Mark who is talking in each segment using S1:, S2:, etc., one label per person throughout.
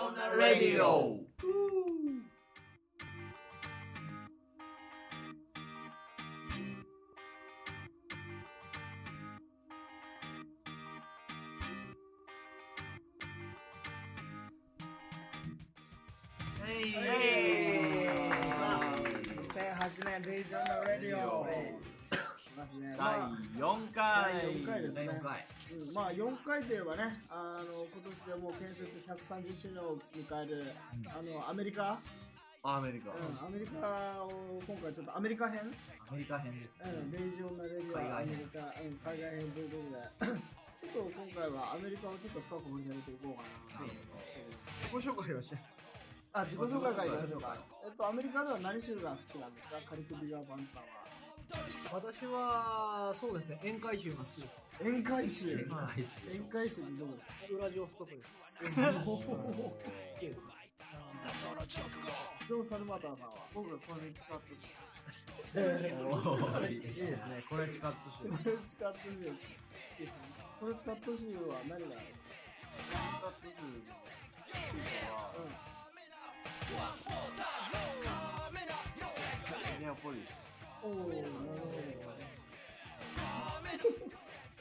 S1: オナレディオ
S2: はい
S1: は
S3: 2008年レジョンのレディオしますね、まあ
S2: 第4回
S3: 第四回ですね
S1: 第4回
S3: うんまあ4回といえばねあの今年でもう建設130周年を迎えるあのアメリカ、
S2: アメリカ、
S3: うん、アメリカを今回ちょっとアメリカ編、
S2: アメリカ編ですね、
S3: うん、レイジオンのレディオアメリカ、うん、海外編ということでちょっと今回はアメリカをちょっと深く盛り上げていこうかなと
S1: 自己紹介をして
S3: あ自己紹介からいきましょう
S1: 自
S3: か、えっと、アメリカでは何種類が好きなんですかカリクビガーバンさんは
S4: 私はそうですね宴会集が好きです
S3: 宴会集
S2: はい
S3: 宴会集ってどうですか
S4: ウラジオストクです好きです
S3: ジョン・サルバーターさんは僕がこれ使って
S2: おーいい
S1: いい
S2: で
S1: ですねこれ使ってほしい
S3: これ使ってみようこれ使ってほしいのは何がある
S2: ネオポリス
S3: うんお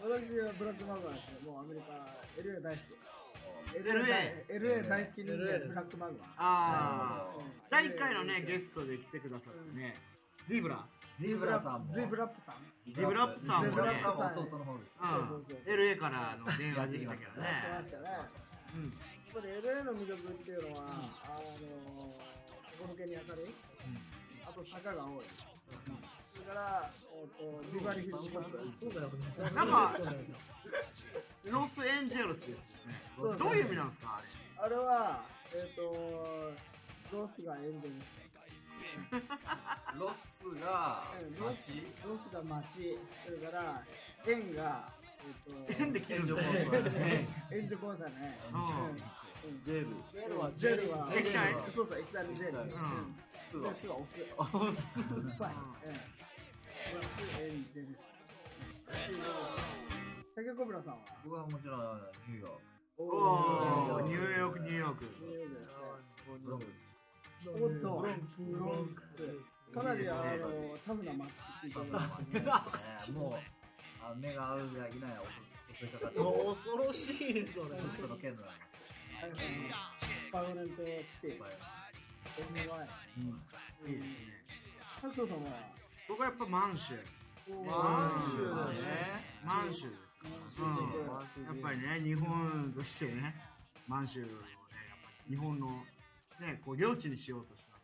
S3: お私はブラックマグマですねもうアメリカ LA 大好き LA, LA 大好き人間ブラックマグマ
S1: ああ
S3: うん
S1: 第1回のねゲストで来てくださってねディブラ
S2: ゼブラさんも
S3: ゼブラップさん
S2: ゼ
S1: ブラップさんもね
S2: ゼブラップさんも弟の方です
S1: うん
S3: そうそうそう
S1: LA からの電話でしたけどね
S3: やってましたね
S1: うん
S3: やっぱり LA の魅力っていうのは、あのー、けに明るい、あと坂が多い、それから、えー、とビバリーヒルズコップ
S4: そうだよね
S1: なんかロスエンジェルスですね
S3: そうそう
S1: どういう意味なんですかあれ
S3: あれは、えっ、とロスがエンジェルス
S2: ロスが
S3: うんロス
S2: 町
S3: ロスが街それから円がえっ、
S1: 変で
S3: と
S1: 聞いてる
S2: 炎上コンサルね
S3: 援助コンサーね、うんうん
S2: ジェル
S3: ジェルはジェルは
S1: ジェルは
S3: そうそう液体のジェル、
S2: 液体
S3: うん、で酢はお酢
S2: おす
S3: 酸っぱい。うん。安エンジェルス。酒コブラさんは
S2: 僕はもちろんニューヨーク
S1: おおーニューヨークニューヨーク
S3: ニューヨークで
S2: ブ
S3: すね
S2: ロンクス
S3: おっと、ブロンクス。かなりあ
S1: いいです
S3: のタフな街って言ってますね。
S2: ねもうあ目が合うぐらいには襲いかかってくる
S4: 恐ろしいですそれ
S2: 北斗の剣のなんです
S3: パーマネントシティ、NY。
S1: いいですね
S3: タクトさんは
S1: 僕はやっぱ満州
S2: 満
S1: 州だ
S2: 州だね
S1: 満州ですうん、やっぱりね日本としてね満州をねやっぱり日本のねこう領地にしようとしま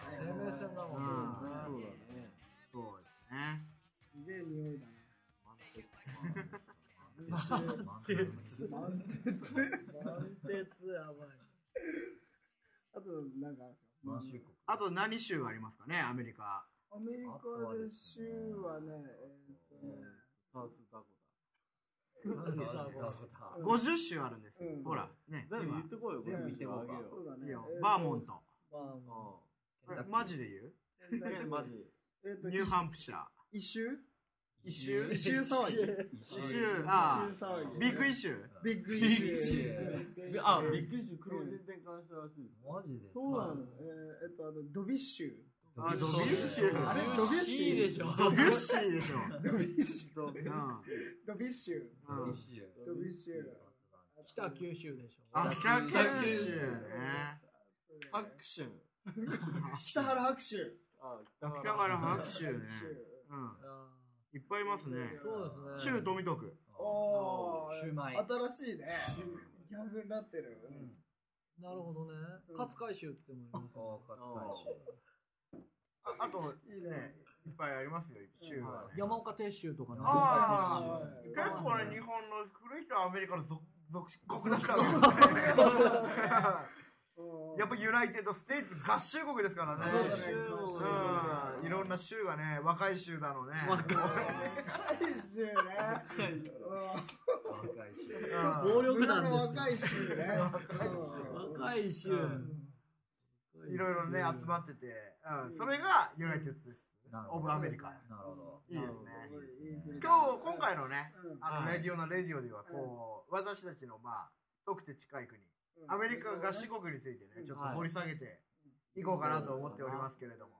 S1: す
S2: 生命線だもんね
S1: そうですね
S3: すげえ匂いだね。
S2: 満鉄
S3: 満鉄。
S4: 満鉄やばい
S3: あとなんかある
S2: 満州
S3: んですか。
S2: 国
S1: あと何州ありますかねアメリカ
S3: アメリカで州はね、えーとね
S2: サウスダコ
S4: 満鉄
S2: サ
S4: だ
S2: ウスダコ
S3: うん
S1: 50州あるんですよ、
S3: うん
S1: ほらね
S5: 全部言ってこいよ、
S2: 全部言ってこうか
S3: そうだ
S1: 今い
S3: ね
S1: いよ。
S3: えーと
S1: バーモント
S4: ま
S1: これ
S2: ダ
S1: マジで言う
S5: 俺マジ。
S3: えっと、
S1: ニューハンプシャー
S3: 一周
S1: 一州
S3: 一周騒ぎ。
S1: 一州
S3: あ
S1: あ
S3: 一周騒ぎ。
S1: ビッグイシュー
S3: ビッグイシ
S2: ビッ
S3: ュ
S2: グイシュ
S3: ー。
S5: であ、びっくりした。黒字転換したらしいです。
S2: マジで
S3: そうなの。えーえっと、あの、ドビッシュ。
S1: あドビュッシュ
S4: あれド
S3: ドビ
S4: ビュッ
S3: ュッシ
S4: シ
S3: ー
S4: ーでしょ
S1: ドビュッシーでしょ、
S3: ドビッシュ。
S1: う
S3: ドビッシュ。
S1: んうん、
S3: ドビッシュ。
S4: 北九州でしょ
S1: あ北九州ね
S5: アクション。
S3: 北原白州。
S5: あ、
S1: 北から
S3: 白
S1: 白州ね。うん。
S4: あ
S1: いっぱいいますね。
S4: ーそうですね
S1: 州富徳。
S3: おー
S2: シューマイ
S3: 新しいね。ギャグになってる。うん
S4: なるほどね勝海州って思いますね
S2: そうかつかいし
S1: ああと、ね、いっぱいありますよ、州はね。
S4: 山岡鉄州とかね
S1: あ
S3: ー
S1: 結構ね、日本の古い人はアメリカの属属国だ から
S3: うん
S1: やっぱユナイテッド・ステイツ合衆国ですからね。
S3: そうだね
S1: うん。いろんな州がね、若い州なのね。
S3: 若い州ね。
S2: 若いし
S1: うん
S4: 暴
S3: うん
S4: 力団ですね
S3: 若い州ね。
S4: 若い州
S1: うんいろいろね、集まってて。うん。それがユナイテッド・ステイツ・
S2: なる
S1: オ
S2: ほ
S1: ブ・
S2: ど
S1: アメリカ。
S2: なるほど
S1: いいですね。
S3: うん
S1: 今日、今回のね、
S3: うん
S1: あの、
S5: はい
S1: レディオのレディオでは、こう、私たちの、まあ、遠くて近い国、
S3: うん
S1: アメリカ合衆国について
S3: う
S1: ね、
S3: ん
S1: ちょっと掘り下げていこうかなと思っておりますけれども。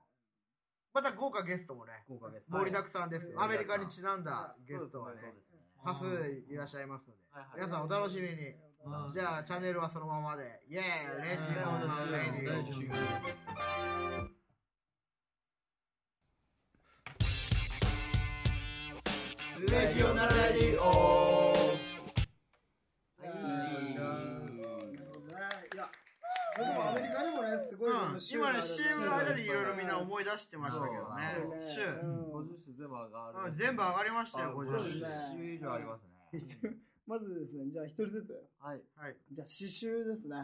S1: また豪華ゲストもね、
S2: 豪華ゲスト
S1: 盛りだくさんです。
S3: はい
S1: アメリカにちなんだゲストは
S5: そう
S1: ね
S2: すね
S5: で、
S1: 多数いらっしゃいますので。
S5: はいはい
S1: 皆さんお楽しみに。
S4: うん
S1: じゃあ、チャンネルはそのままで。イェーイレジオンマンレジオン。レジオナラジ
S3: なる
S1: オ
S3: ほどねいやそれでもアメリカにもねすごい
S1: うん、今ね CM の間にいろいろみんな思い出してましたけど
S2: そう
S1: ねシュ
S5: 50種全部上が
S1: ーう
S5: る
S1: ん、全部上がりましたよ
S5: あ
S1: 50
S5: そう
S1: 種
S5: ですね
S2: 種以上ありますね。
S3: まずですねじゃあ一人ずつ
S5: はい
S1: はい
S3: じゃあ刺繍ですね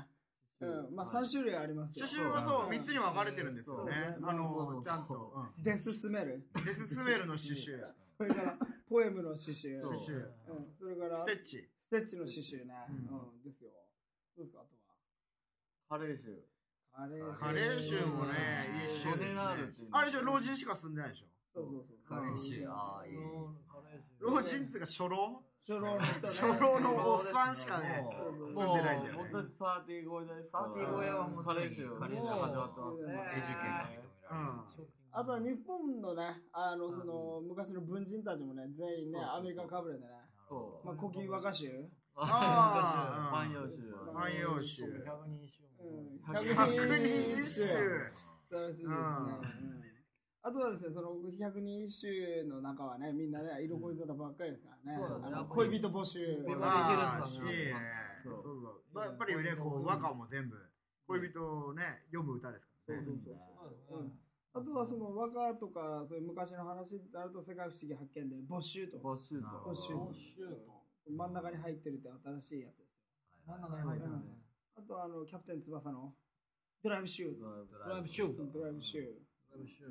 S3: うんまあ3種類ありますよ
S1: 刺繍はそう3つに分かれてるんですよね
S3: そう
S1: あのちゃんと、うん
S3: デススメル
S1: デススメルの刺繍
S3: それからポエムの刺繍
S5: そう
S1: 刺繍
S3: うんそれから
S1: ステッチ
S3: ステッチの刺繍ね
S1: うん
S3: うんですよどうですかあとは
S5: カレー種
S3: カレー
S1: カレーシューもねいいシューですねあれでしょ老人しか住んでないでしょ
S3: そうそうそう
S2: カレー種、ああ、いい。
S1: 老人っつうか初老
S3: 初老の人ね
S1: 初老のおっさんしかね
S2: そう
S1: 住んでないんだよ
S5: 僕
S1: ね
S5: たち35超えですから
S2: 35
S4: やは
S2: もう
S5: カレー種
S2: カレー種
S5: もう始まってます
S3: そう
S5: ね
S3: だ
S2: 永住権が認められる。
S3: あとは日本のね、あの、
S5: うん
S3: その、昔の文人たちもね、全員ね
S5: そ
S3: アメ
S5: うそう、そう
S3: リカかぶれてね。
S5: そ
S3: まあ、古今和歌集。
S1: あー
S5: 万葉種
S1: うん万葉集
S3: うん。
S5: 百
S3: 百人一首。
S1: 百人
S5: 人
S1: 一
S3: 素晴
S1: 首
S3: らしいですね。うん
S1: う
S3: んあとはですね、その、百人一首の中はね、みんなね、色恋沙汰ばっかりですから
S4: そ
S3: ね。
S4: うなんですね
S3: あの恋人募集。
S4: 恋人募集
S1: まあ
S4: メモリー
S1: い
S4: ゲルスさんの
S1: いね
S5: そ
S1: そううそうまあやっぱりねこう和歌も全部恋人をね読む歌ですか
S3: そ
S1: ら
S3: う
S1: ね
S3: そうそう。あとはその和歌とかそういう昔の話になると世界不思議発見で募集と
S5: 募集と
S3: 募集
S2: 募
S3: 真ん中に入ってるって新しいやつですあとはあのキャプテン翼のドライブシュート
S2: ド
S4: ドライブシュート
S3: ドライブシュー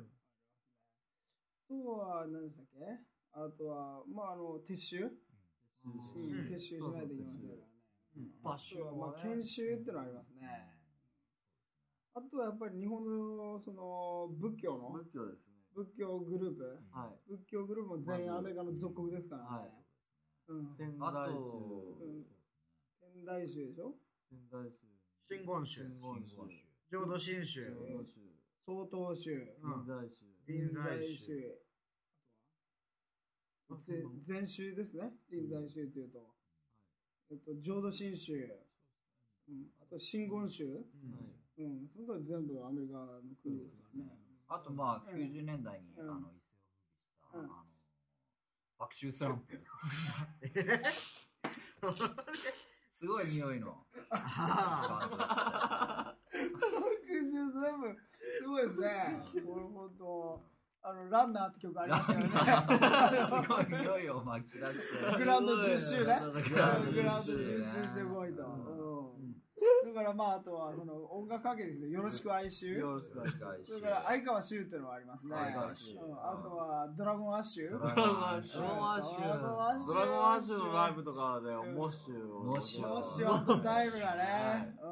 S3: あとは何でしたっけあとはまああの撤収、うん
S1: うん
S3: 撤収しないといけませんからね
S1: うん
S3: あとはまあ研修ってのありますねあとはやっぱり日本のその仏教の
S5: 仏教ですね
S3: 仏教グループ
S5: はい
S3: 仏教グループも全員アメリカの属国ですからね、
S5: はい
S3: うん、
S5: 天
S2: あ
S5: 台
S2: と
S3: う
S5: 宗、
S3: ん天台宗でしょ
S5: 天台宗、
S1: 真言宗
S5: 真言宗、
S1: 浄土真宗
S5: 浄土宗、
S3: 曹洞宗
S1: うん
S5: 臨済宗、
S1: 臨済宗
S3: あとはぜ禅宗ですね臨済宗というと、えっと、浄土真宗、うん、あと真言宗、
S5: はい
S3: うん、その他全部アメリカの国ですからね
S2: あとまあ、90年代に、あの、一世を風靡した、あの、爆臭スラン プ。すごい匂いの。
S1: あ
S3: 空 襲スラムすごいですねこれ本当あのランナーって曲ありましたよね
S2: すごい匂いをまき散らして。
S3: グランド10周ね
S2: グ
S3: グラウンド中心して動いた。うん。だからまあ、あとは、その、音楽関係ですけど、よろしく哀
S5: よ
S3: 愁。
S5: ろしくお願いします
S3: それから、相川修っていうのがありますね。
S2: 相川修
S3: うんあとは、ドラゴンアッシュ。
S2: ドラ
S5: ドラゴン
S2: ゴン
S5: ア
S2: ア
S5: ッ
S2: ッ
S5: シ
S2: シュ。
S5: ュドラゴンアッシュのライ
S3: ブ。
S5: ブとかで
S3: ん
S5: モッシュを
S2: モッシュ
S3: モッシュアップタイムがね。うん。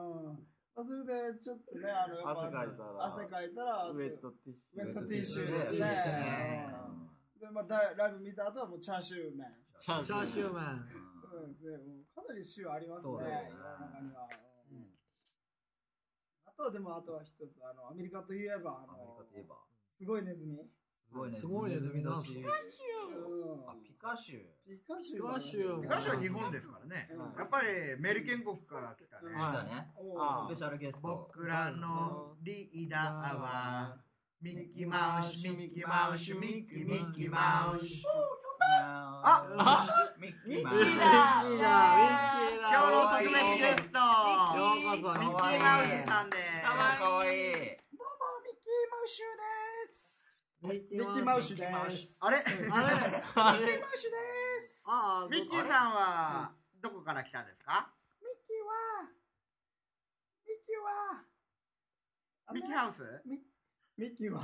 S3: まあそれで、ちょっとね、あの、やっぱ
S5: 汗かいたら
S3: 汗かいたら、
S5: ウェットティッシ
S3: ウェット
S5: ュ
S3: ティッシュですね。で、まあ、だライブ見た後はもうチャーシュー麺。
S5: チャ
S4: チャーシュー
S5: ン
S4: マン。
S3: そうですね。もうかなり種ありますね。
S2: そうですね
S3: 世の中には。うんあとはでもあとは一つあのアメリカといえばあ
S2: アメリカ
S3: の
S2: といえば。
S3: すごいネズミ。
S2: す
S4: す
S2: ご
S4: ご
S2: い
S4: い
S2: ネ
S4: ネ
S2: ズ
S4: ズ
S2: ミ
S4: ミ
S2: の
S4: の
S2: 種
S4: 種
S2: あ
S3: う、
S2: ピカシュ。
S3: ん。ピカシュ
S4: ピカシュ
S3: ウ
S1: ーガシは日本ですからね
S3: うん
S1: やっぱりメルケン国から来た
S2: で
S1: ね
S2: したね。
S5: あ
S2: スペシャルゲスト。
S1: 僕らのリーダーはミッキーマウスミッキーマウスミッキーミッキーマウス
S2: あミッキーマウ
S4: ミ
S2: ス。
S4: ッキーだミッキーだ
S1: 今日の特別ゲスト
S4: よ
S1: ミ
S4: うこそ
S1: ッ
S4: 日
S1: キーマウスさんで
S2: かわいい。
S3: ミッキーマウシュです。ミッキー
S4: マ
S3: マ
S4: ウ
S3: ウ
S4: ス
S3: シュです。
S1: あれ
S4: あれあれ
S3: マウシュです。
S4: ああ
S1: ミッキーさんはどこから来たんですか
S3: ミッキーはミッキーは
S1: ミッキーハウス
S3: ミッキーは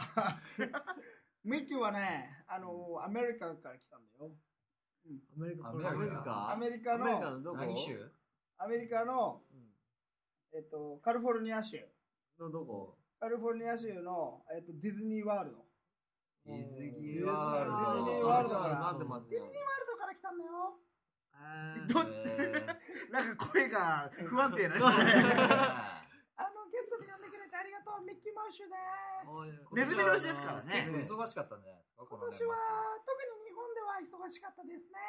S3: ミッキーはねあのアメリカから来たんだよ。
S4: アメリカ
S2: アメリカ
S5: アメリ
S3: アメリ
S5: カ
S3: カ
S5: アメリ
S3: の
S5: カのどこ
S2: 何州
S3: アメリカの、
S5: うん
S3: えっと、カリフォルニア州
S5: のどこ
S3: カリフォルニア州の、えっと、ディズニーワールドワ
S2: ディズニーワールド。
S3: ディズニーワールド
S5: なんて街なの
S3: ールドから来たんだよ
S4: あー
S1: ど
S2: え
S1: なんか声が不安定な。
S3: あの、ゲストで呼んでくれてありがとう、ミッキーマウシュです。
S1: ネズミ年ですからね
S2: 結構忙しかったんじゃないですか、こ
S3: 今
S2: の年
S3: 年
S2: 末
S3: は、特に日本では忙しかったですね。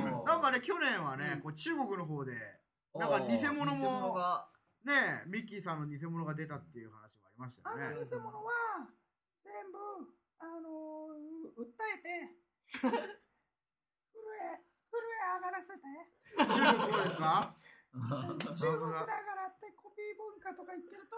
S1: う
S2: うん
S1: んなんかね、去年はね、こう中国の方で、なんか偽物も
S2: 偽物が
S1: ね、ミッキーさんの偽物が出たっていう話もありました
S3: あ
S1: よね。
S3: の偽物は、全部、あのー、訴えて、震え、震え上が らせて、
S1: 中国どうですか
S3: 中国だからってコピー文化とか言ってると、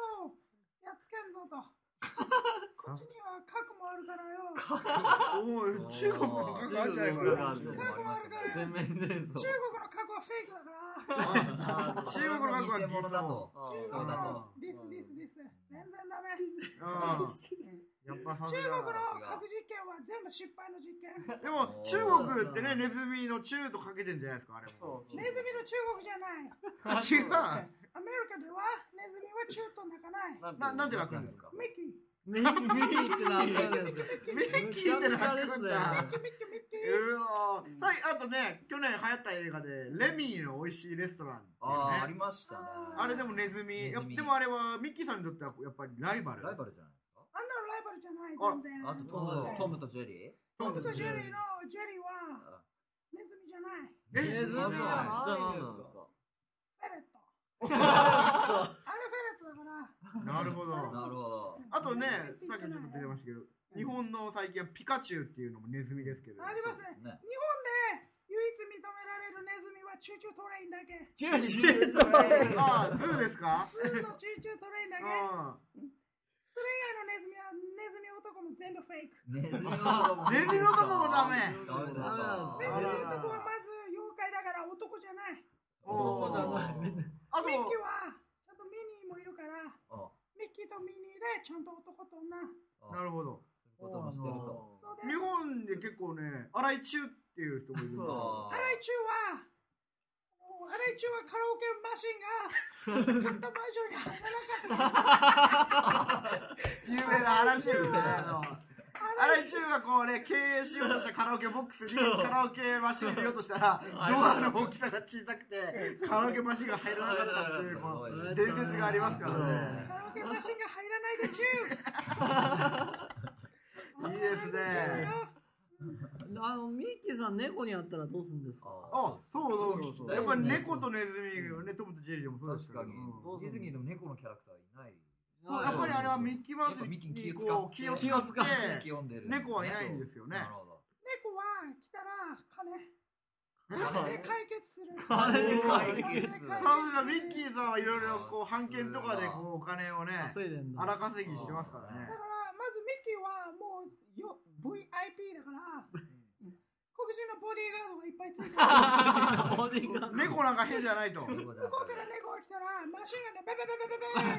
S3: やっつけ んぞと。こっちには核もあるからよ。
S1: おー中国の
S2: あ
S1: 核
S5: ー
S1: あんじゃないか
S2: あ
S1: な。
S5: 中国の核
S2: りますよね
S5: 全面戦
S3: 中国
S5: 争
S3: の核はフェイクだから。
S1: あ
S2: あー
S1: 中国の核は偽
S2: 偽物だ
S1: 物。
S2: と。
S5: あー
S3: 中
S2: そう
S3: 国
S2: だと
S3: のディスディスディス全然ダメ
S1: うんやっぱさ
S3: 中
S1: す
S3: 国の
S1: が。
S3: 核実験は全部失敗の実験ネ
S1: でも、中国ってね、ネズミの中とかけてんじゃないですか、あれも
S5: そ。う
S3: ズミの中国じゃない
S1: あ違う。
S3: アメリカではネズミは中東泣かない
S1: な、なんて
S5: な
S1: 楽なんですか
S3: ミッキーミ
S4: メイメイってなんだよ。
S1: ミッキーって楽なんだ。
S3: ッキーミッキーミッキー
S1: うわーさいあとね、去年流行った映画で、レミーの美味しいレストランって
S2: ああ、あ
S1: いう
S2: り
S1: ね。
S2: ましたね。
S1: あれでもネズミ。
S2: ネ
S1: や
S2: ズミ
S1: でもあれは、ミッキーさんにとってはやっぱりライバル。
S2: ライバルじゃないですか。
S3: あんなのライバルじゃない
S2: あと
S3: 全然
S2: トム
S5: そう
S2: トムとジェリー
S3: トムとジ
S1: え
S3: ェリーのジェリーは
S2: あ
S3: ネズミじゃない
S1: ネ
S4: ネズミ
S2: じゃ
S5: じゃあ何なん
S4: で
S5: ですす
S4: か
S5: か
S3: フェレットあれフェレットだから
S1: なるほど。
S2: なるほど。
S1: あとね
S3: ネズ、ミ
S1: さ
S3: っ
S1: ってき
S3: 言てな
S1: ちょっと
S3: い
S1: 出てましたけど、日本の最近はピカチュウっていうのもネズミですけど。
S3: ありますね
S2: ね。
S3: で唯一認められるネズミはチューチュートレインだけ
S1: チュ ウチュウトレインああ、ズーですか
S3: 普通のチューチュートレインだ
S1: う
S3: け
S1: ん。
S3: それ以外のネズミはネズミ男も全部フェイク。
S2: ネズミ男も。
S1: ネズミ男もダメ
S2: ダメですか
S3: ネズ
S1: あ
S3: ミ
S1: ら
S3: 男はまず妖怪だから男じゃない。
S1: おー
S2: 男じゃない。
S1: あと、
S3: ミッキーはちゃんとミニーもいるから、
S2: ああ
S3: ミッキーとミニーでちゃんと男と女。
S2: あ
S1: なるほど。
S2: そういうこともしてると。
S3: そうで
S1: 日
S3: す。
S1: 本で結構ね、荒井中っていう人もいるんですよ。
S2: あ
S3: 荒井中は、もう荒井中はカラオケマシン が買ったマンションに入らなかった。
S1: 有名な荒井中ね。あの
S3: 荒
S1: 荒
S3: 井
S1: 井中がこうね、経営しようとしたカラオケボックスにカラオケマシン入れようとしたら、ドアの大きさが小さく て、カラオケマシンが入らなかったっていう、この伝説がありますからね。
S3: カラオケマシンが入らないで中
S1: いいです
S3: 荒
S1: ね
S3: 井中だよ
S4: あの、ミッキーさん、猫に会ったらどうするんですか
S1: あ、そうそうそう
S5: そうそうそう
S1: やっぱり猫とネズミがね、トムとジェリーでもそうです
S2: 確
S1: け
S2: か
S1: ど
S2: に。ディズニーでも猫のキャラクターいない。
S1: そうやっぱりあれはミッキーマウスに
S2: 気
S1: こ
S2: を
S1: う
S2: 使
S1: 気
S2: っ
S1: を
S2: て。
S1: 使って、
S2: 読んでる。
S1: 猫はいないんですよね
S2: なるほど。
S3: 猫は来たら金。
S1: さ
S3: 金で解決する。
S2: 金
S1: で
S2: 解決
S3: 金で解決
S1: すがミッキーさんはいろいろこう、版権とかでこう、お金をね、
S4: 稼いでんだ。
S1: 荒稼ぎしてますからね
S3: だか。ら、まずミッキーはもうよ VIP だから、黒人のボディーガードがいっぱいついてる。
S4: ボディーガード
S1: 猫なんか変じゃないと。
S2: 猫 じゃな
S3: 向こう
S2: く
S3: から
S2: て
S3: 猫が来たら、マシンガン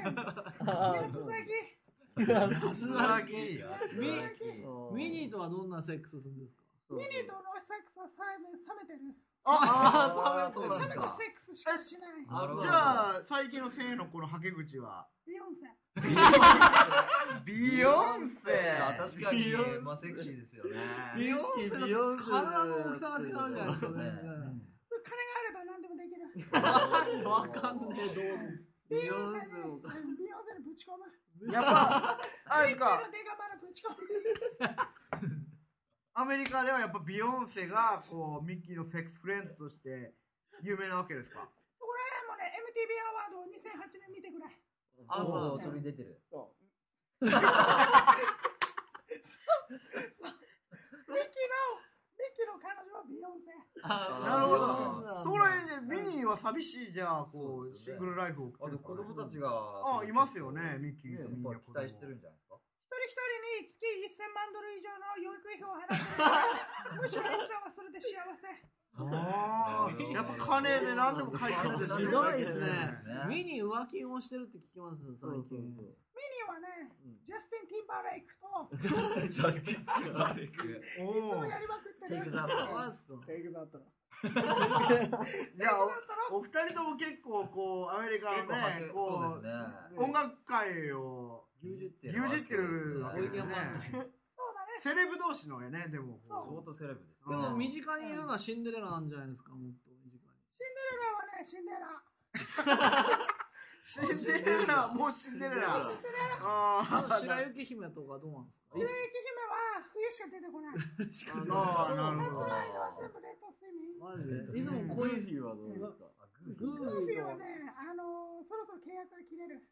S3: でベベベベベベーン八つ咲き。
S1: 鈴木。
S4: ミミ
S2: ミ
S4: ニーとはどんなセックスするんですか
S3: ミニとのセックスは冷め冷めてる。
S2: あ
S5: あーそうなん
S3: 冷
S5: で
S3: め
S5: す
S3: たセックスしかしない。
S2: あ
S1: じゃあ、最近の性のこのはけ口は、
S3: ビヨンセ。
S1: ビヨンセ
S2: 確かに、まあセクシーですよね。
S4: ビヨンセだって体の大きさが違うじゃないですかね。
S3: 金があれば何でもできる。
S4: わかんねえ、どうぞ。
S3: ビヨンセに、ビヨンセにぶち込む。
S1: やっぱ、あれですか
S3: ビヨンセ、のデカバラぶち込む。
S1: アメリカではやっぱビヨンセが、こう、ミッキーのセックスフレンズとして、有名なわけですか
S3: そこら辺もね、MTV アワードを2008年見てくれ。
S2: あ、もうそれに出てる。
S3: ミッキーの、ミッキーの彼女はビヨンセ。
S1: なるほ
S4: そう
S1: ど
S4: な。んだ
S1: それで、ミニーは寂しいじゃあ、こ
S2: そう
S1: う、
S2: です
S1: シ
S2: よね
S1: ングルライフを
S2: あ
S1: 送って
S2: と子供たち
S1: るからね
S2: が。
S1: あ、いますよね、ミッキ
S2: ね
S1: ーとミニー
S2: や
S1: は
S2: っぱ期待してるんじゃないですか。
S3: 一人一人に月1000万ドル以上の養育費を払ってる。む しろ僕らはそれで幸せ。
S1: ああ、やっぱ金で何でも解決
S4: ひ
S1: し
S4: ど
S1: ない
S4: ですね
S2: ですね。
S4: ミニー浮気をしてるって聞きます、最近。
S3: ミニはね、ジャスティン・ティンバーレイクと、い
S2: ジャスティン・バレク。
S3: つ
S1: お
S3: も
S1: お。
S3: やりまくって
S2: テイ
S3: る。
S2: ク
S3: だ
S2: ザ
S3: っ
S2: ッ
S4: マ
S2: プ。
S4: ジっすか
S5: テイクだったら
S1: いや、
S3: たら、
S1: おお二人とも結構、こう、アメリカの
S2: 結構
S1: ね、
S2: そ
S1: こ
S2: うですね。
S1: う、音楽界を
S2: 牛耳って
S1: 牛耳ってるわけです
S4: 小
S1: ね
S4: 池。
S3: そうだね。
S1: セレブ同士のね、でもこう。
S2: 相当セレブです。
S4: でも身近にいるのはシンデレラなんじゃないですか、もっと身近に。
S3: 彼ら
S1: シンデレラ、もうシンデレラ。あー
S4: 白雪姫とかどうなんですか
S3: 白雪姫は冬しか出てこない。
S1: あの
S4: そう
S1: なる
S3: 夏の
S1: ほど
S3: 間は全部冷凍睡眠。
S4: マジでいつもこういう
S5: 日はどうですか
S3: グーフィーは
S4: グ
S3: ね、あのー、そろそろ契約が切れる。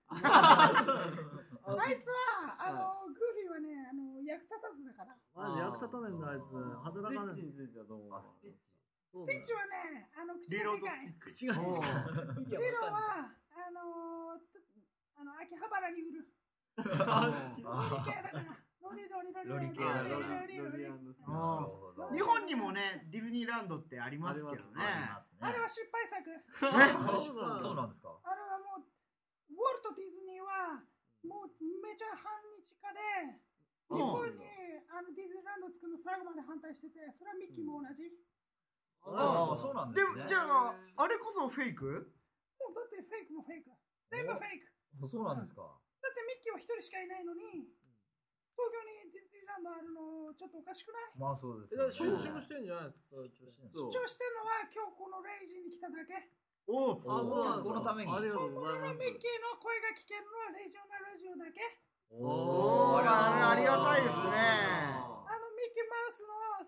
S3: あいつは、あのー、グーフィーはね、あのー、役立たずだから。ス
S4: マジ役立たねえんだあいつ働か
S5: ステ
S4: ねえ
S5: ッチについてはどう思
S2: あ
S5: う
S2: ステッチ
S4: そうだ
S3: ティ
S4: よ
S3: ッチはね、あの、口
S1: リロ
S3: が
S4: 口が
S3: でかい。
S1: ードお
S4: い
S1: ー
S4: や
S3: リロ
S4: わかんない
S3: は、あのー、ちょあの、秋葉原に売る。ロリ系だから。ロリロ
S2: ロ
S3: リロリ。
S2: リ系だから
S3: ロリロリロリ
S1: あ
S2: なるほど
S1: 日本にもね、ディズニーランドってありますけどね。
S2: ありますね
S3: あれは失敗作。あ
S1: ね
S4: そうなの
S2: そうなんですか
S3: れはもう、ウォルト・ディズニーは、もうめちゃ反日家で、日
S1: も
S3: 本
S1: う
S3: にあのディズニーランド作るの最後まで反対してて、それはミッキーも同じ。
S2: ああそうなんでね
S1: ですも、じゃあ、あれこそフェイク
S3: もうだってフェイクもフェイク。全部フェイク。
S2: そうなんですか
S3: だってミッキーは一人しかいないのに、東京にディズニーランドあるのちょっとおかしくない
S2: まあそう
S4: えだって
S2: です
S4: 集
S2: よね
S4: 中してんじゃないですかそういう調子
S2: そう
S3: 主張してるのは今日この0時に来ただけ。
S1: おー
S2: あそうなんですかこのために
S5: ありがとうござ
S3: こ
S5: いま
S3: の
S5: す
S3: ミッキーの声が聞けるのはレジオナラジオだけ。
S1: おーありがたいですね
S3: あのミッキーマウ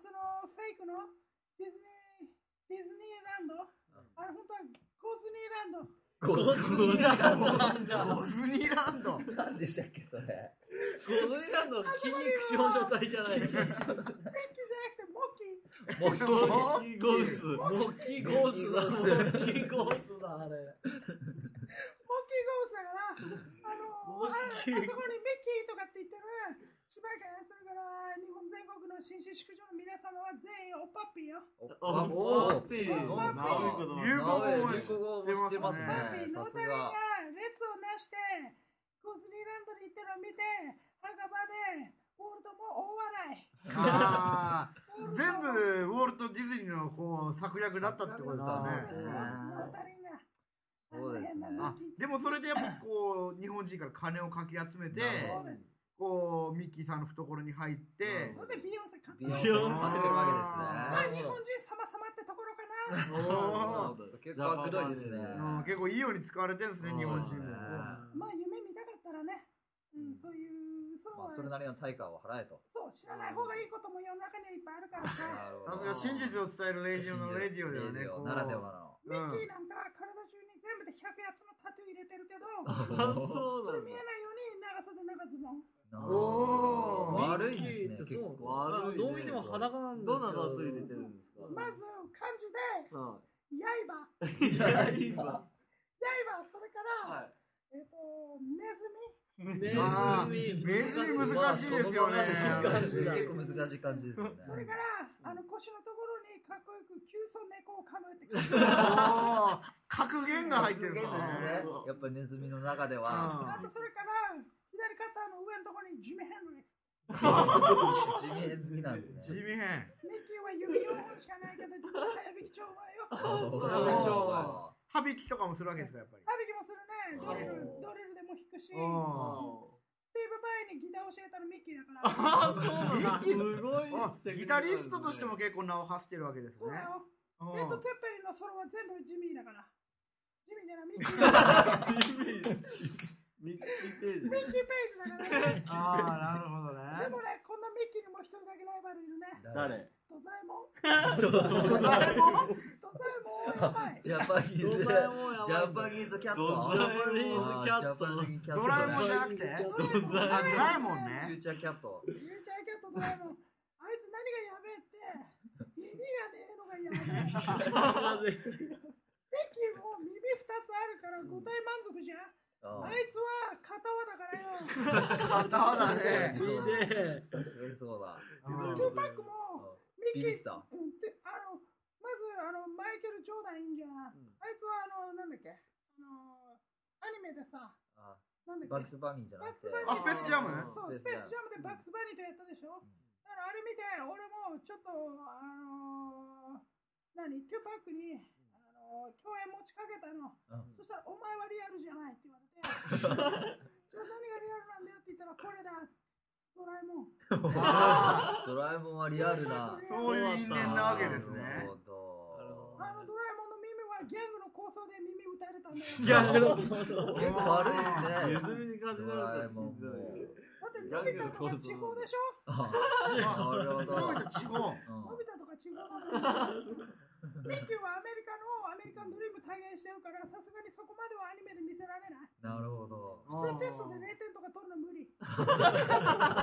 S3: スのそのフェイクのディズニーディズニーランド、あれ本当はゴズニーランド。
S2: ゴズニランドなんだ
S1: ゴズニーランド。
S2: 何でしたっけそれ
S4: ゴズニランドの筋肉症状体じゃない
S3: ミッキーじゃなくてモッキー。
S2: もう
S1: ゴ
S5: ーゴース
S4: モッキーゴースだモッキーゴースだあれ
S3: モッキーゴースだから、あの
S4: モ
S3: ああ
S4: ッ
S3: そ
S4: キー
S3: こにミッキーとかって言ってる、千葉県、それから日本全国の紳士淑女の皆様は全員おっぱっぴーよ。
S5: あ
S1: おー
S5: パピー
S3: おー
S5: なるほど
S1: 流行語も
S2: 流行語も知ってますね
S3: パッピーの
S2: さす
S3: ため
S2: が
S3: が列をなして、ゴズニーランドに行ってるのを見て、墓場で、オールドも大笑い。
S1: あ
S3: オールドも
S1: ー全部ウォルト・ディズニーのこう策略だったってことだね
S2: 策略だったん
S3: その二人が、あ
S2: そう
S3: の
S2: です
S3: 変
S2: ね
S3: な
S1: あ
S3: ミッキー。
S1: でもそれでやっぱこう日本人から金をかき集めて
S3: そうです。
S1: こうミッキーさんの懐に入って
S3: それでビヨンセ買った。
S2: 美容
S5: ン
S2: 師
S5: セ
S2: さ
S5: を
S2: れてる
S1: あ
S3: まあ
S2: わけで
S3: 日本人様様ってところかな。
S5: お
S2: す
S5: ー
S2: ね結構くどいですね
S1: うん結構いいように使われてるんですね日本人も
S3: まあ夢見たかったらね、うん、そういう、そう
S2: まあ、
S3: は
S2: それなりの対価を払えと。
S3: そう、知らない方がいいことも世の中にはいっぱいあるからさ、
S1: さすが真実を伝えるレジオのレディオではね
S2: レディ
S1: こ
S2: オ
S1: う
S2: ならでは
S3: ミッキーなんか体中に全部で100やつのタトゥー入れてるけど、
S2: の。
S3: それ見えないように長袖長ズボン。
S2: なるほ
S1: お
S2: ど悪い
S1: ー
S2: です
S4: ミ
S2: ね。
S4: ッキーって
S2: 結
S4: そう
S2: 構
S5: 悪いね
S4: どう見ても裸なんです
S5: ど
S4: よ
S5: んなタトゥー入れてるんですか
S3: まず漢字で、
S5: は
S3: 刃、刃、
S5: いいや今
S3: それから、えっと、ネズミ、
S4: ネ
S1: あー
S4: ズミ
S1: ネズミ難しいですよ
S4: まあ
S1: ね
S4: そのまま難しい感じだ
S2: 結構難しい感じですよね。
S3: それから、あの腰のところにかっこよく急須猫を数えてく
S1: お
S3: る。
S1: ー格言が入ってるん
S2: で
S1: ですす
S2: ね
S1: ね。
S2: やっぱりネズミの中で
S1: うん
S2: は、
S3: あとそれから、左肩の上のところにジミヘンドリックス。
S2: 地味ネズミなんですね。
S1: 地
S3: ミ
S1: 味編
S3: ッキーは指4本しかないけど、実は早引き長はよ。
S2: おー
S1: お歯引きとかもするわけですかやっぱり
S3: 旅きもするね。ドリル、
S2: おー
S3: ドリルでも弾くし、スティー
S1: おー
S3: ブ・バイにギター教えたのミッキーだから。
S5: すごい
S1: あギタリストとしても結構名を馳せてるわけです
S3: そう
S1: ね
S3: だよ。
S1: うん
S3: レッド・ツェッペリンのソロは全部ジミーだから。ジミーじゃない、ミ ッキーだから。
S5: ミッキーペ
S3: ミ
S5: ージ
S3: ッキー・ペイジだからね。
S1: あ
S3: で
S1: あなるほ
S3: もね、こんなミッキーにも一人だけライバルいるね。
S5: 誰
S3: ドザエモン。
S1: どね誰も
S3: ドザエモンはやば い。
S2: ジャパニー
S4: ド
S2: ズ、ジ
S4: ラえもんやばい
S2: ャパニーズキャッ
S5: ド
S4: え
S2: ト。
S5: ラ
S4: もん
S2: あージャパニーズキャット。
S1: ドラえもん
S2: フ
S1: じゃなくて
S4: ド
S3: ド
S1: あドラえもん
S2: ュ
S1: ね
S2: ーチャーキャット。
S3: ユーチャーキャットドラえもん。あいつ何がやべえって、耳がねえのがやべえ。ミッキーも耳2つあるから5体満足じゃん。
S2: あ
S3: あ
S2: ー
S3: いつは片輪だから よ。
S1: 片だね
S4: いいね
S2: 確かにそうだ。
S1: うん
S3: トゥーパックもミ
S2: ビ
S3: ッ
S2: ビ
S3: キー、
S2: スタ。
S3: うん、であのまずあのマイケル・ジョーダンいいんじゃん。あいつはあのなんだっけあのアニメでさ、
S2: あ
S3: なんだっけ
S2: バックスバニーじゃなくて。
S1: あスペースジャム
S3: そう、スペースジャムでバックスバニーとやったでしょ。
S2: ん
S3: だからあれ見て、俺もちょっと、あの何、トゥーパックに、あの共演持ちかけたの。
S2: うん
S3: そしたら、お前はリアルじゃないって言われて、 じゃあ何がリアルなんだよって言ったら、これだ、ドラえもん。
S2: ドラえもんはリアルな。
S1: そういう因縁なわけですね
S2: なるほど
S3: あのドラえもんの耳はギャグの声放送で耳打たれたんだよ。
S4: ギャングの構想。
S1: 結構
S2: 悪
S1: 悪
S2: いで
S1: い
S2: すね。
S5: ネズミに感じなかった
S2: もうも
S3: だってのび太とか地方でしょ
S2: あなる ほど。
S1: どういった地方
S2: うん
S3: のび太とか地方だから。 ミッキーはアメリカのアメリカンドリーム体現してるから、さすがにそこまではアニメで見せられない。
S2: なるほど。
S3: 普通テストで0点とか取るの無理。
S2: 確かに。
S1: 確かにね。0
S5: そうだよね